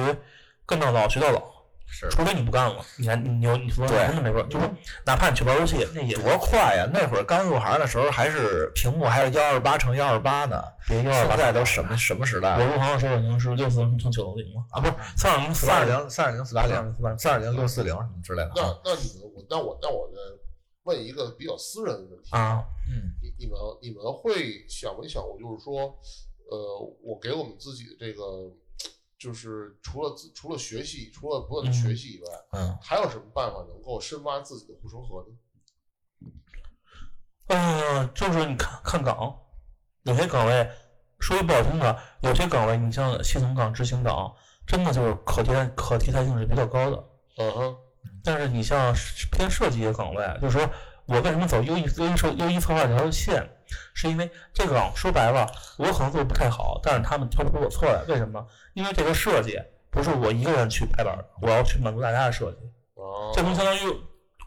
Speaker 3: 跟到老学到老，
Speaker 2: 是
Speaker 3: 除非你不干了，你还你你有你说
Speaker 2: 对
Speaker 3: 真的没法，就是哪怕你去玩游戏，那也
Speaker 2: 多快呀！那会儿刚入行的时候，还是屏幕还是幺二八乘幺二八呢。
Speaker 3: 别幺二
Speaker 2: 现
Speaker 3: 八。
Speaker 2: 在都什么什么时代啊
Speaker 3: 我
Speaker 2: 了？
Speaker 3: 入行的时候已经是六四零乘九零了啊，不是三二零
Speaker 2: 四
Speaker 3: 四
Speaker 2: 二
Speaker 3: 二
Speaker 2: 零、三二零、四八零、
Speaker 3: 零
Speaker 2: 三二零六四零什么之类的啊。
Speaker 1: 那那你们我那我那我呢问一个比较私人的问题，
Speaker 3: 啊，
Speaker 2: 嗯，
Speaker 1: 你你们你们会想没想过，就是说，呃，我给我们自己的这个，就是除了自除了学习，除了不断的学习以外，
Speaker 2: 嗯，
Speaker 1: 还有什么办法能够深挖自己的护城河呢？
Speaker 3: 嗯，就是你看看岗，有些岗位说句不好听的，有些岗位你像系统岗、执行岗，真的就是可替代可替代性是比较高的。
Speaker 1: 嗯哼，
Speaker 3: 但是你像是偏设计的岗位，就是说我为什么走优异优异设优异策划这条线，是因为这个岗说白了，我可能做的不太好，但是他们挑不出我错来，为什么？因为这个设计不是我一个人去拍板儿的，我要去满足大家的设计。
Speaker 1: 啊，
Speaker 3: 这东西相当于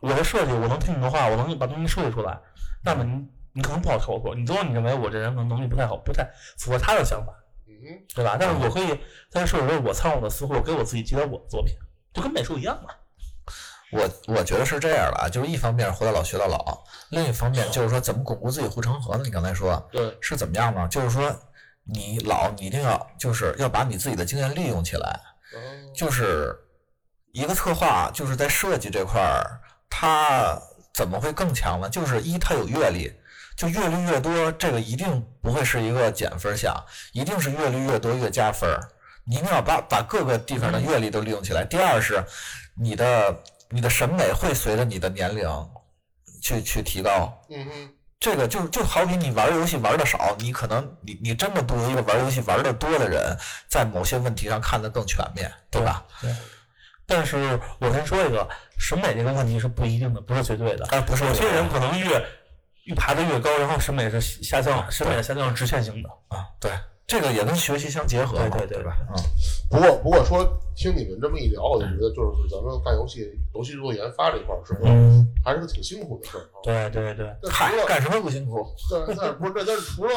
Speaker 3: 我的设计，我能听你的话，我能把东西设计出来，那么你你可能不好投诉，你最后你认为我这人可能能力不太好，不太符合他的想法，
Speaker 1: 嗯
Speaker 3: 对吧？但是我可以在设计时候，我参考我的思路，给我自己提点我的作品，就跟美术一样嘛。
Speaker 2: 我我觉得是这样的啊，就是一方面是活到老学到老，另一方面就是说怎么巩固自己护城河呢？你刚才说，
Speaker 1: 哼，对，
Speaker 2: 是怎么样呢？就是说，你老你一定要就是要把你自己的经验利用起来。
Speaker 1: 啊，
Speaker 2: 就是一个策划，就是在设计这块儿，他怎么会更强呢？就是一，他有阅历，就阅历越多，这个一定不会是一个减分项，一定是阅历越多越加分儿。你一定要把把各个地方的阅历都利用起来。第二是你的你的审美会随着你的年龄去去提高。
Speaker 1: 嗯哼，
Speaker 2: 这个就就好比你玩游戏玩的少，你可能你你真的不如一个玩游戏玩的多的人，在某些问题上看得更全面，对吧？
Speaker 3: 但是我先说一个，审美这个问题是不一定的，不是绝对的。
Speaker 2: 哎，不是
Speaker 3: 有些
Speaker 2: 我
Speaker 3: 人可能越越爬得越高，然后审美是下降，审美下降是直线型的。
Speaker 2: 啊，对，这个也跟学习相结合嘛，
Speaker 3: 对对对
Speaker 2: 对吧？嗯，
Speaker 1: 不过不过说听你们这么一聊，我就觉得就是咱们干游戏游戏制作研发这块儿是吧，
Speaker 3: 嗯，
Speaker 1: 还是个挺辛苦的事儿啊。
Speaker 3: 对对对，
Speaker 1: 那除
Speaker 2: 嗨，
Speaker 1: 了
Speaker 2: 干什么不辛苦？
Speaker 1: 哦但但是不是但但是除了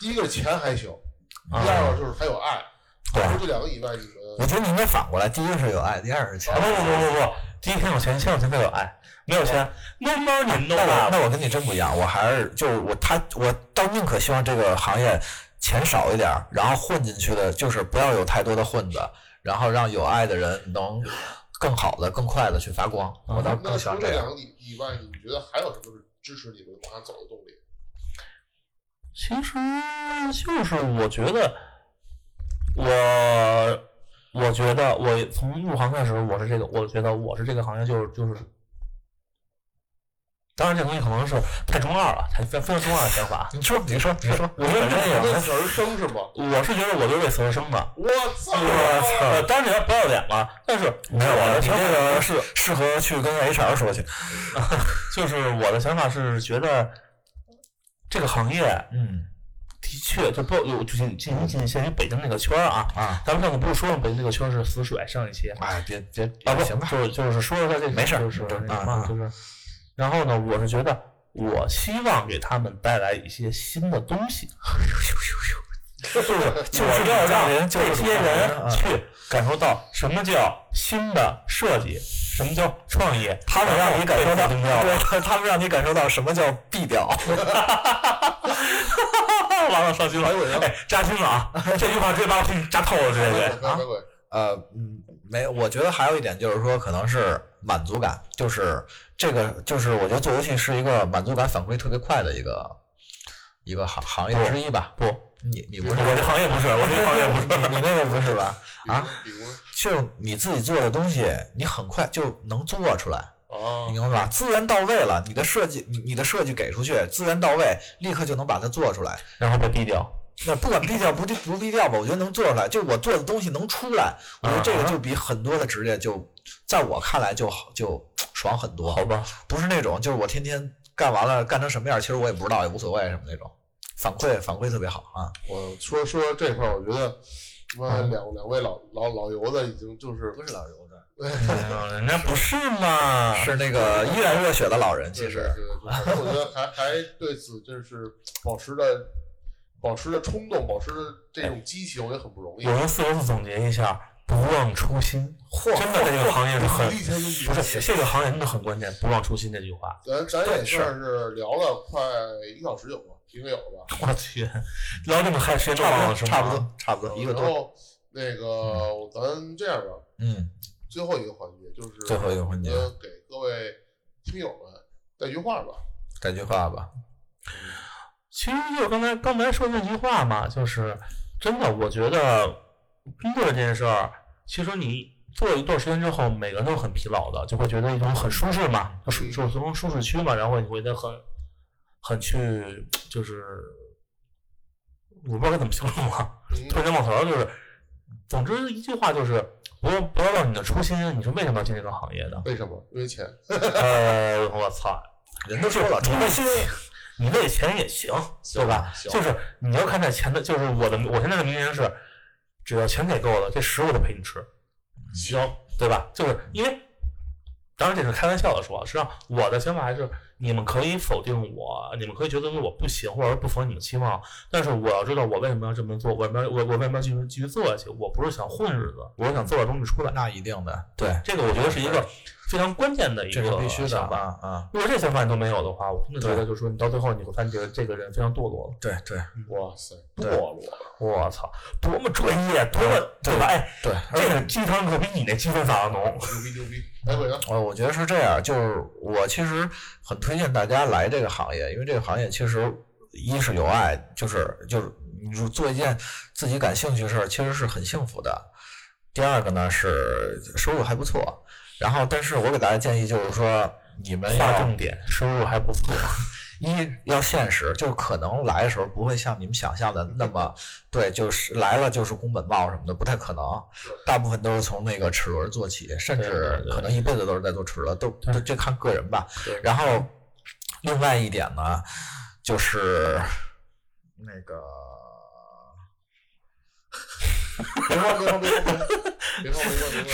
Speaker 1: 第一个钱还行，第
Speaker 2: 啊
Speaker 1: 二个就是还有爱，
Speaker 2: 对
Speaker 1: 除了这两个以外，你们
Speaker 2: 我觉得你应该反过来，第一个是有爱，第二是钱
Speaker 3: 啊。不不
Speaker 2: 哦
Speaker 3: 不不不，第一天有钱，先有钱再有爱，没有钱，慢慢你们都
Speaker 2: 那我
Speaker 3: 大
Speaker 2: 那
Speaker 3: 了。
Speaker 2: 我跟你真不一样，我还是就是我他我倒宁可希望这个行业钱少一点儿，然后混进去的就是不要有太多的混子，然后让有爱的人能更好的、更快的去发光。我倒
Speaker 1: 那
Speaker 2: 更喜
Speaker 1: 除了
Speaker 2: 欢这
Speaker 1: 这
Speaker 2: 样
Speaker 1: 两。个以以外，你们觉得还有什么是支持你们往下走的动力？
Speaker 3: 其实就是我觉得，我我觉得我从入行开始，我是这个，我觉得我是这个行业就是就是。当然，这东西可能是太中二了，太非非常中二的想法。啊
Speaker 2: 你说，你说，你说，
Speaker 3: 我觉得这
Speaker 1: 为
Speaker 3: 个，
Speaker 1: 此而生是吗？
Speaker 3: 我是觉得我就是为此而生的。
Speaker 1: 我操！
Speaker 2: 哎
Speaker 3: 呃，当然你要不要脸了，但是
Speaker 2: 没有，
Speaker 3: 我
Speaker 2: 我
Speaker 3: 的
Speaker 2: 你
Speaker 3: 想法
Speaker 2: 这个是适合去跟 HR 说去。
Speaker 3: *laughs* 就是我的想法是觉得这个行业
Speaker 2: 嗯
Speaker 3: 的确，就不有就仅仅仅限于北京那个圈儿啊。
Speaker 2: 啊，
Speaker 3: 咱们上次不是说了，北京这个圈儿是死水上一期啊，
Speaker 2: 哎，别别
Speaker 3: 不
Speaker 2: 行吧，
Speaker 3: 就是就是说了这个
Speaker 2: 没事儿
Speaker 3: 就是
Speaker 2: 对
Speaker 3: 那什
Speaker 2: 啊
Speaker 3: 么
Speaker 2: 啊
Speaker 3: 就是，然后呢，我是觉得我希望给他们带来一些新的东 *laughs* 西，就
Speaker 2: 就
Speaker 3: 是
Speaker 2: 是
Speaker 3: 我要
Speaker 2: 这种
Speaker 3: 让
Speaker 2: 人就是
Speaker 3: 这
Speaker 2: 这种
Speaker 3: 些
Speaker 2: 人啊
Speaker 3: 人去感受到什么叫新的设计，什么叫创意，
Speaker 2: 他们让你感受到，
Speaker 3: 对对
Speaker 2: 对，他们让你感受到什么叫必表。
Speaker 3: 完了，上心了， *laughs* 哎，扎心了啊！这句话直接把我心扎透了，直
Speaker 1: 别
Speaker 3: 接
Speaker 1: 别别别！
Speaker 2: 呃，嗯，没，我觉得还有一点就是说，可能是满足感，就是这个，就是我觉得做游戏是一个满足感反馈特别快的一个一个行行业之一吧。
Speaker 3: 不，
Speaker 2: 你你不是，
Speaker 3: 我这行业不是，我这行业不
Speaker 2: *laughs*
Speaker 3: 是。
Speaker 2: 你你那个不是吧？啊，
Speaker 1: 比如比
Speaker 2: 就是你自己做的东西，你很快就能做出来，
Speaker 1: 如啊
Speaker 3: 哦
Speaker 2: 你，明白吧？资源到位了，你的设计，你你的设计给出去，资源到位，立刻就能把它做出来。
Speaker 3: 然后被毙掉，
Speaker 2: 那不管低调不低不低调吧，我觉得能做出来，就我做的东西能出来，我觉得这个就比很多的职业就，在我看来就好就爽很多，
Speaker 3: 好吧？
Speaker 2: 不是那种就是我天天干完了干成什么样，其实我也不知道，也无所谓什么那种，反馈反馈特别好啊，
Speaker 1: 我说说到这块儿，我觉得妈
Speaker 2: 嗯
Speaker 1: 两两位老老老油子已经就是
Speaker 2: 不是老油子，嗯
Speaker 3: 人家不是嘛？
Speaker 2: 啊是那 *laughs* 个呃依然热血的老人，
Speaker 1: 对
Speaker 2: 其
Speaker 1: 对
Speaker 2: 实
Speaker 1: 对对，反正我觉得还还对此就是保持着保持着冲动，保持着这种激情，我也很不容易
Speaker 3: 我。用四个字总结一下：不忘初心，
Speaker 2: 嚯
Speaker 3: 真的在这个行业是很
Speaker 1: 一天就比
Speaker 3: 不是这个行业真的很关键，不忘初心这句话，
Speaker 1: 咱咱也
Speaker 2: 对是
Speaker 1: 算是聊了快一小时有吧，应该有了吧。
Speaker 3: 我去，聊这么嗨，时间都忘
Speaker 2: 差
Speaker 3: 了
Speaker 2: 不
Speaker 3: 是
Speaker 2: 多，
Speaker 3: 吗？
Speaker 2: 差不多，差不多一嗯个
Speaker 1: 然
Speaker 2: 多。
Speaker 1: 后那个咱这样吧，
Speaker 2: 嗯，
Speaker 1: 最后一个环节就是
Speaker 2: 最后一个环节
Speaker 1: 呃给各位听友们带句话吧。
Speaker 2: 这句话吧，
Speaker 3: 其实就是刚才刚才说那句话嘛，就是真的，我觉得工作这件事儿，其实你做一段时间之后，每个人都很疲劳的，就会觉得一种很舒适嘛，就
Speaker 2: 嗯
Speaker 3: 舒就从舒适区嘛，然后你会觉得很很去就是我不知道该怎么形容了。突
Speaker 1: 嗯，？
Speaker 3: 然间冒头儿就是，总之一句话就是，不要不要忘你的初心，你是为什么要进这个行业的
Speaker 2: *laughs*
Speaker 1: 为什么？因为钱。
Speaker 3: 呃，我操，
Speaker 2: 人都说了，除非心
Speaker 3: 你为钱也行，对吧？
Speaker 1: 行
Speaker 3: 就是你要看在钱的，就是我的，我现在的名言是，只要钱给够了，这食我都陪你吃，
Speaker 2: 嗯
Speaker 1: 行，
Speaker 3: 对吧？就是因为，当然这是开玩笑的说，啊实际上我的想法还是，你们可以否定我，你们可以觉得说我不行，或者不符合你们期望，但是我要知道我为什么要这么做，我为什么要我我为什么要继续继续做下去？我不是想混日子，我是想做点东西出来。
Speaker 2: 那一定的，对，
Speaker 3: 这个我觉得是一个非常关键的一
Speaker 2: 这
Speaker 3: 个
Speaker 2: 是必须的
Speaker 3: 想
Speaker 2: 啊
Speaker 3: 法。
Speaker 2: 啊，
Speaker 3: 如果这想法你都没有的话，我真的觉得就是说，你到最后你会发现这个这个人非常堕落了。
Speaker 2: 对对
Speaker 1: 哇塞，
Speaker 2: 对
Speaker 1: 堕落了。
Speaker 3: 我操，多么专业，多么对吧？哎，
Speaker 2: 对，
Speaker 3: 这个鸡汤可比你那鸡汤嗓子浓。
Speaker 1: 牛逼牛逼！哎，伟呢？
Speaker 2: 呃，我觉得是这样，就是我其实很推荐大家来这个行业，因为这个行业其实一是有爱，就是就是你就做一件自己感兴趣的事儿，其实是很幸福的。第二个呢是收入还不错，然后但是我给大家建议就是说，你们
Speaker 3: 划
Speaker 2: 要
Speaker 3: 重点，哎收入还不错。
Speaker 2: 一要现实，就是可能来的时候不会像你们想象的那么对，就是来了就是宫本茂什么的，不太可能。大部分都是从那个齿轮做起，甚
Speaker 3: 对
Speaker 2: 至
Speaker 3: 对对
Speaker 2: 可能一辈子都是在做齿轮，都
Speaker 3: 对
Speaker 2: 这这看个人吧
Speaker 3: 对。
Speaker 2: 然后另外一点呢，就是那个
Speaker 1: 别放别放别放别放别放
Speaker 2: *laughs*
Speaker 1: 别放！
Speaker 3: 是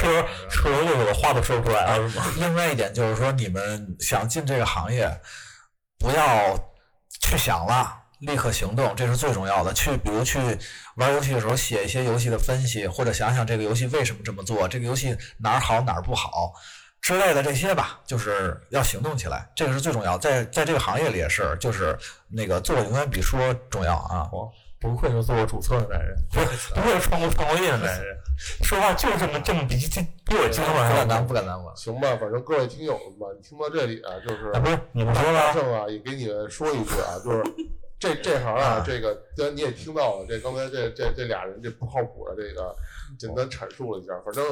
Speaker 3: 说的 *laughs* 我话都说不出来啊了，是吗？
Speaker 2: 另外一点就是说，你们想进这个行业，不要去想了，立刻行动，这是最重要的。去，比如去玩游戏的时候，写一些游戏的分析，或者想想这个游戏为什么这么做，这个游戏哪儿好哪儿不好之类的这些吧，就是要行动起来，这个是最重要。在在这个行业里也是，就是那个做永远比说重要啊。
Speaker 3: 不愧是做过主策的男人，不是不愧是创过创过业的男 *laughs* 人，说话就是这么这么比比我鸡汤
Speaker 2: 不敢
Speaker 3: 还
Speaker 2: 当，
Speaker 3: 难。
Speaker 2: 不敢当，我
Speaker 1: 行吧，反正各位听友们吧，你听到这里啊，就是
Speaker 3: 啊，不是你不说
Speaker 1: 大
Speaker 3: 了？
Speaker 1: 圣啊，也给你们说一句啊，就是这这行啊
Speaker 2: 啊，
Speaker 1: 这个当然你也听到了，这刚才这这这俩人这不靠谱的这个，简单阐述了一下，反正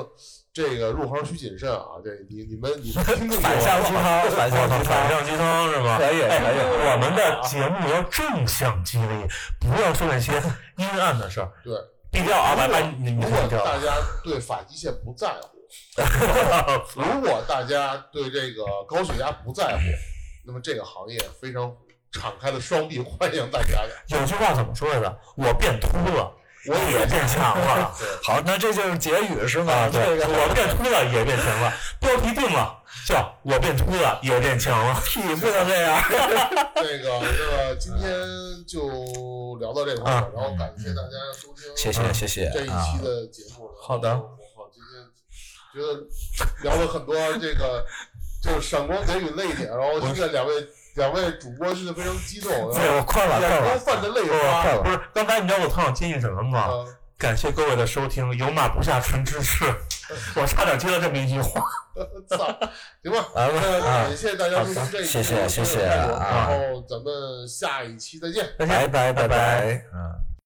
Speaker 1: 这个入行需谨慎啊，这你你们你们听众
Speaker 2: 反向鸡
Speaker 3: *laughs*
Speaker 2: 汤，反
Speaker 3: 我
Speaker 2: 向
Speaker 3: 操，
Speaker 2: 鸡
Speaker 3: 反
Speaker 2: 汤，
Speaker 3: 向鸡汤是吧？
Speaker 2: 可以可以。
Speaker 3: 我们的节目要正向激励，不要说那些阴暗的事儿。
Speaker 1: 对，
Speaker 3: 低调啊，把把你
Speaker 1: 如
Speaker 3: 们
Speaker 1: 果
Speaker 3: 低调。
Speaker 1: 大家对发际线不在乎，如果大家对这个高血压不在乎，那么这个行业非常敞开的双臂欢迎大家的。
Speaker 3: 有句话怎么说来着？我变秃了，
Speaker 1: 我也
Speaker 3: 也变强
Speaker 1: 啊
Speaker 3: 了。
Speaker 2: 好，那这就是结语是吗？
Speaker 3: 啊，
Speaker 2: 这
Speaker 3: 对，
Speaker 2: 个
Speaker 3: 我变秃了也变强了。标题定了，叫我变秃了也变强了。
Speaker 2: 屁不能这样。 *laughs*
Speaker 1: 这个那么今天就聊到这块儿，然后感谢大家收听，
Speaker 2: 啊谢谢谢谢
Speaker 1: 这一
Speaker 2: 啊
Speaker 1: 期！的节目了。
Speaker 3: 好的
Speaker 1: 我靠，今天觉得聊了很多这个， *laughs* 就是闪光给予泪点，然后现在两位两位主播是非常激动，
Speaker 2: 对，
Speaker 1: 然
Speaker 2: 我困了
Speaker 1: 后
Speaker 2: 困
Speaker 1: 眼光
Speaker 2: 了，
Speaker 1: 泛着泪花。
Speaker 2: 快了嗯
Speaker 3: 不是，刚才你知道我头想建议什么吗？
Speaker 1: 啊，
Speaker 3: 感谢各位的收听，有马不下纯之士，
Speaker 2: 嗯
Speaker 3: 我差点接了这么一句话。
Speaker 1: 操，行吧。
Speaker 2: 完
Speaker 1: 那
Speaker 2: 了啊
Speaker 1: 感！谢大家收听这一期的
Speaker 2: 谢谢谢谢
Speaker 1: 内容
Speaker 2: 啊
Speaker 1: 然后咱们下一期再见。
Speaker 2: 拜拜拜拜，嗯。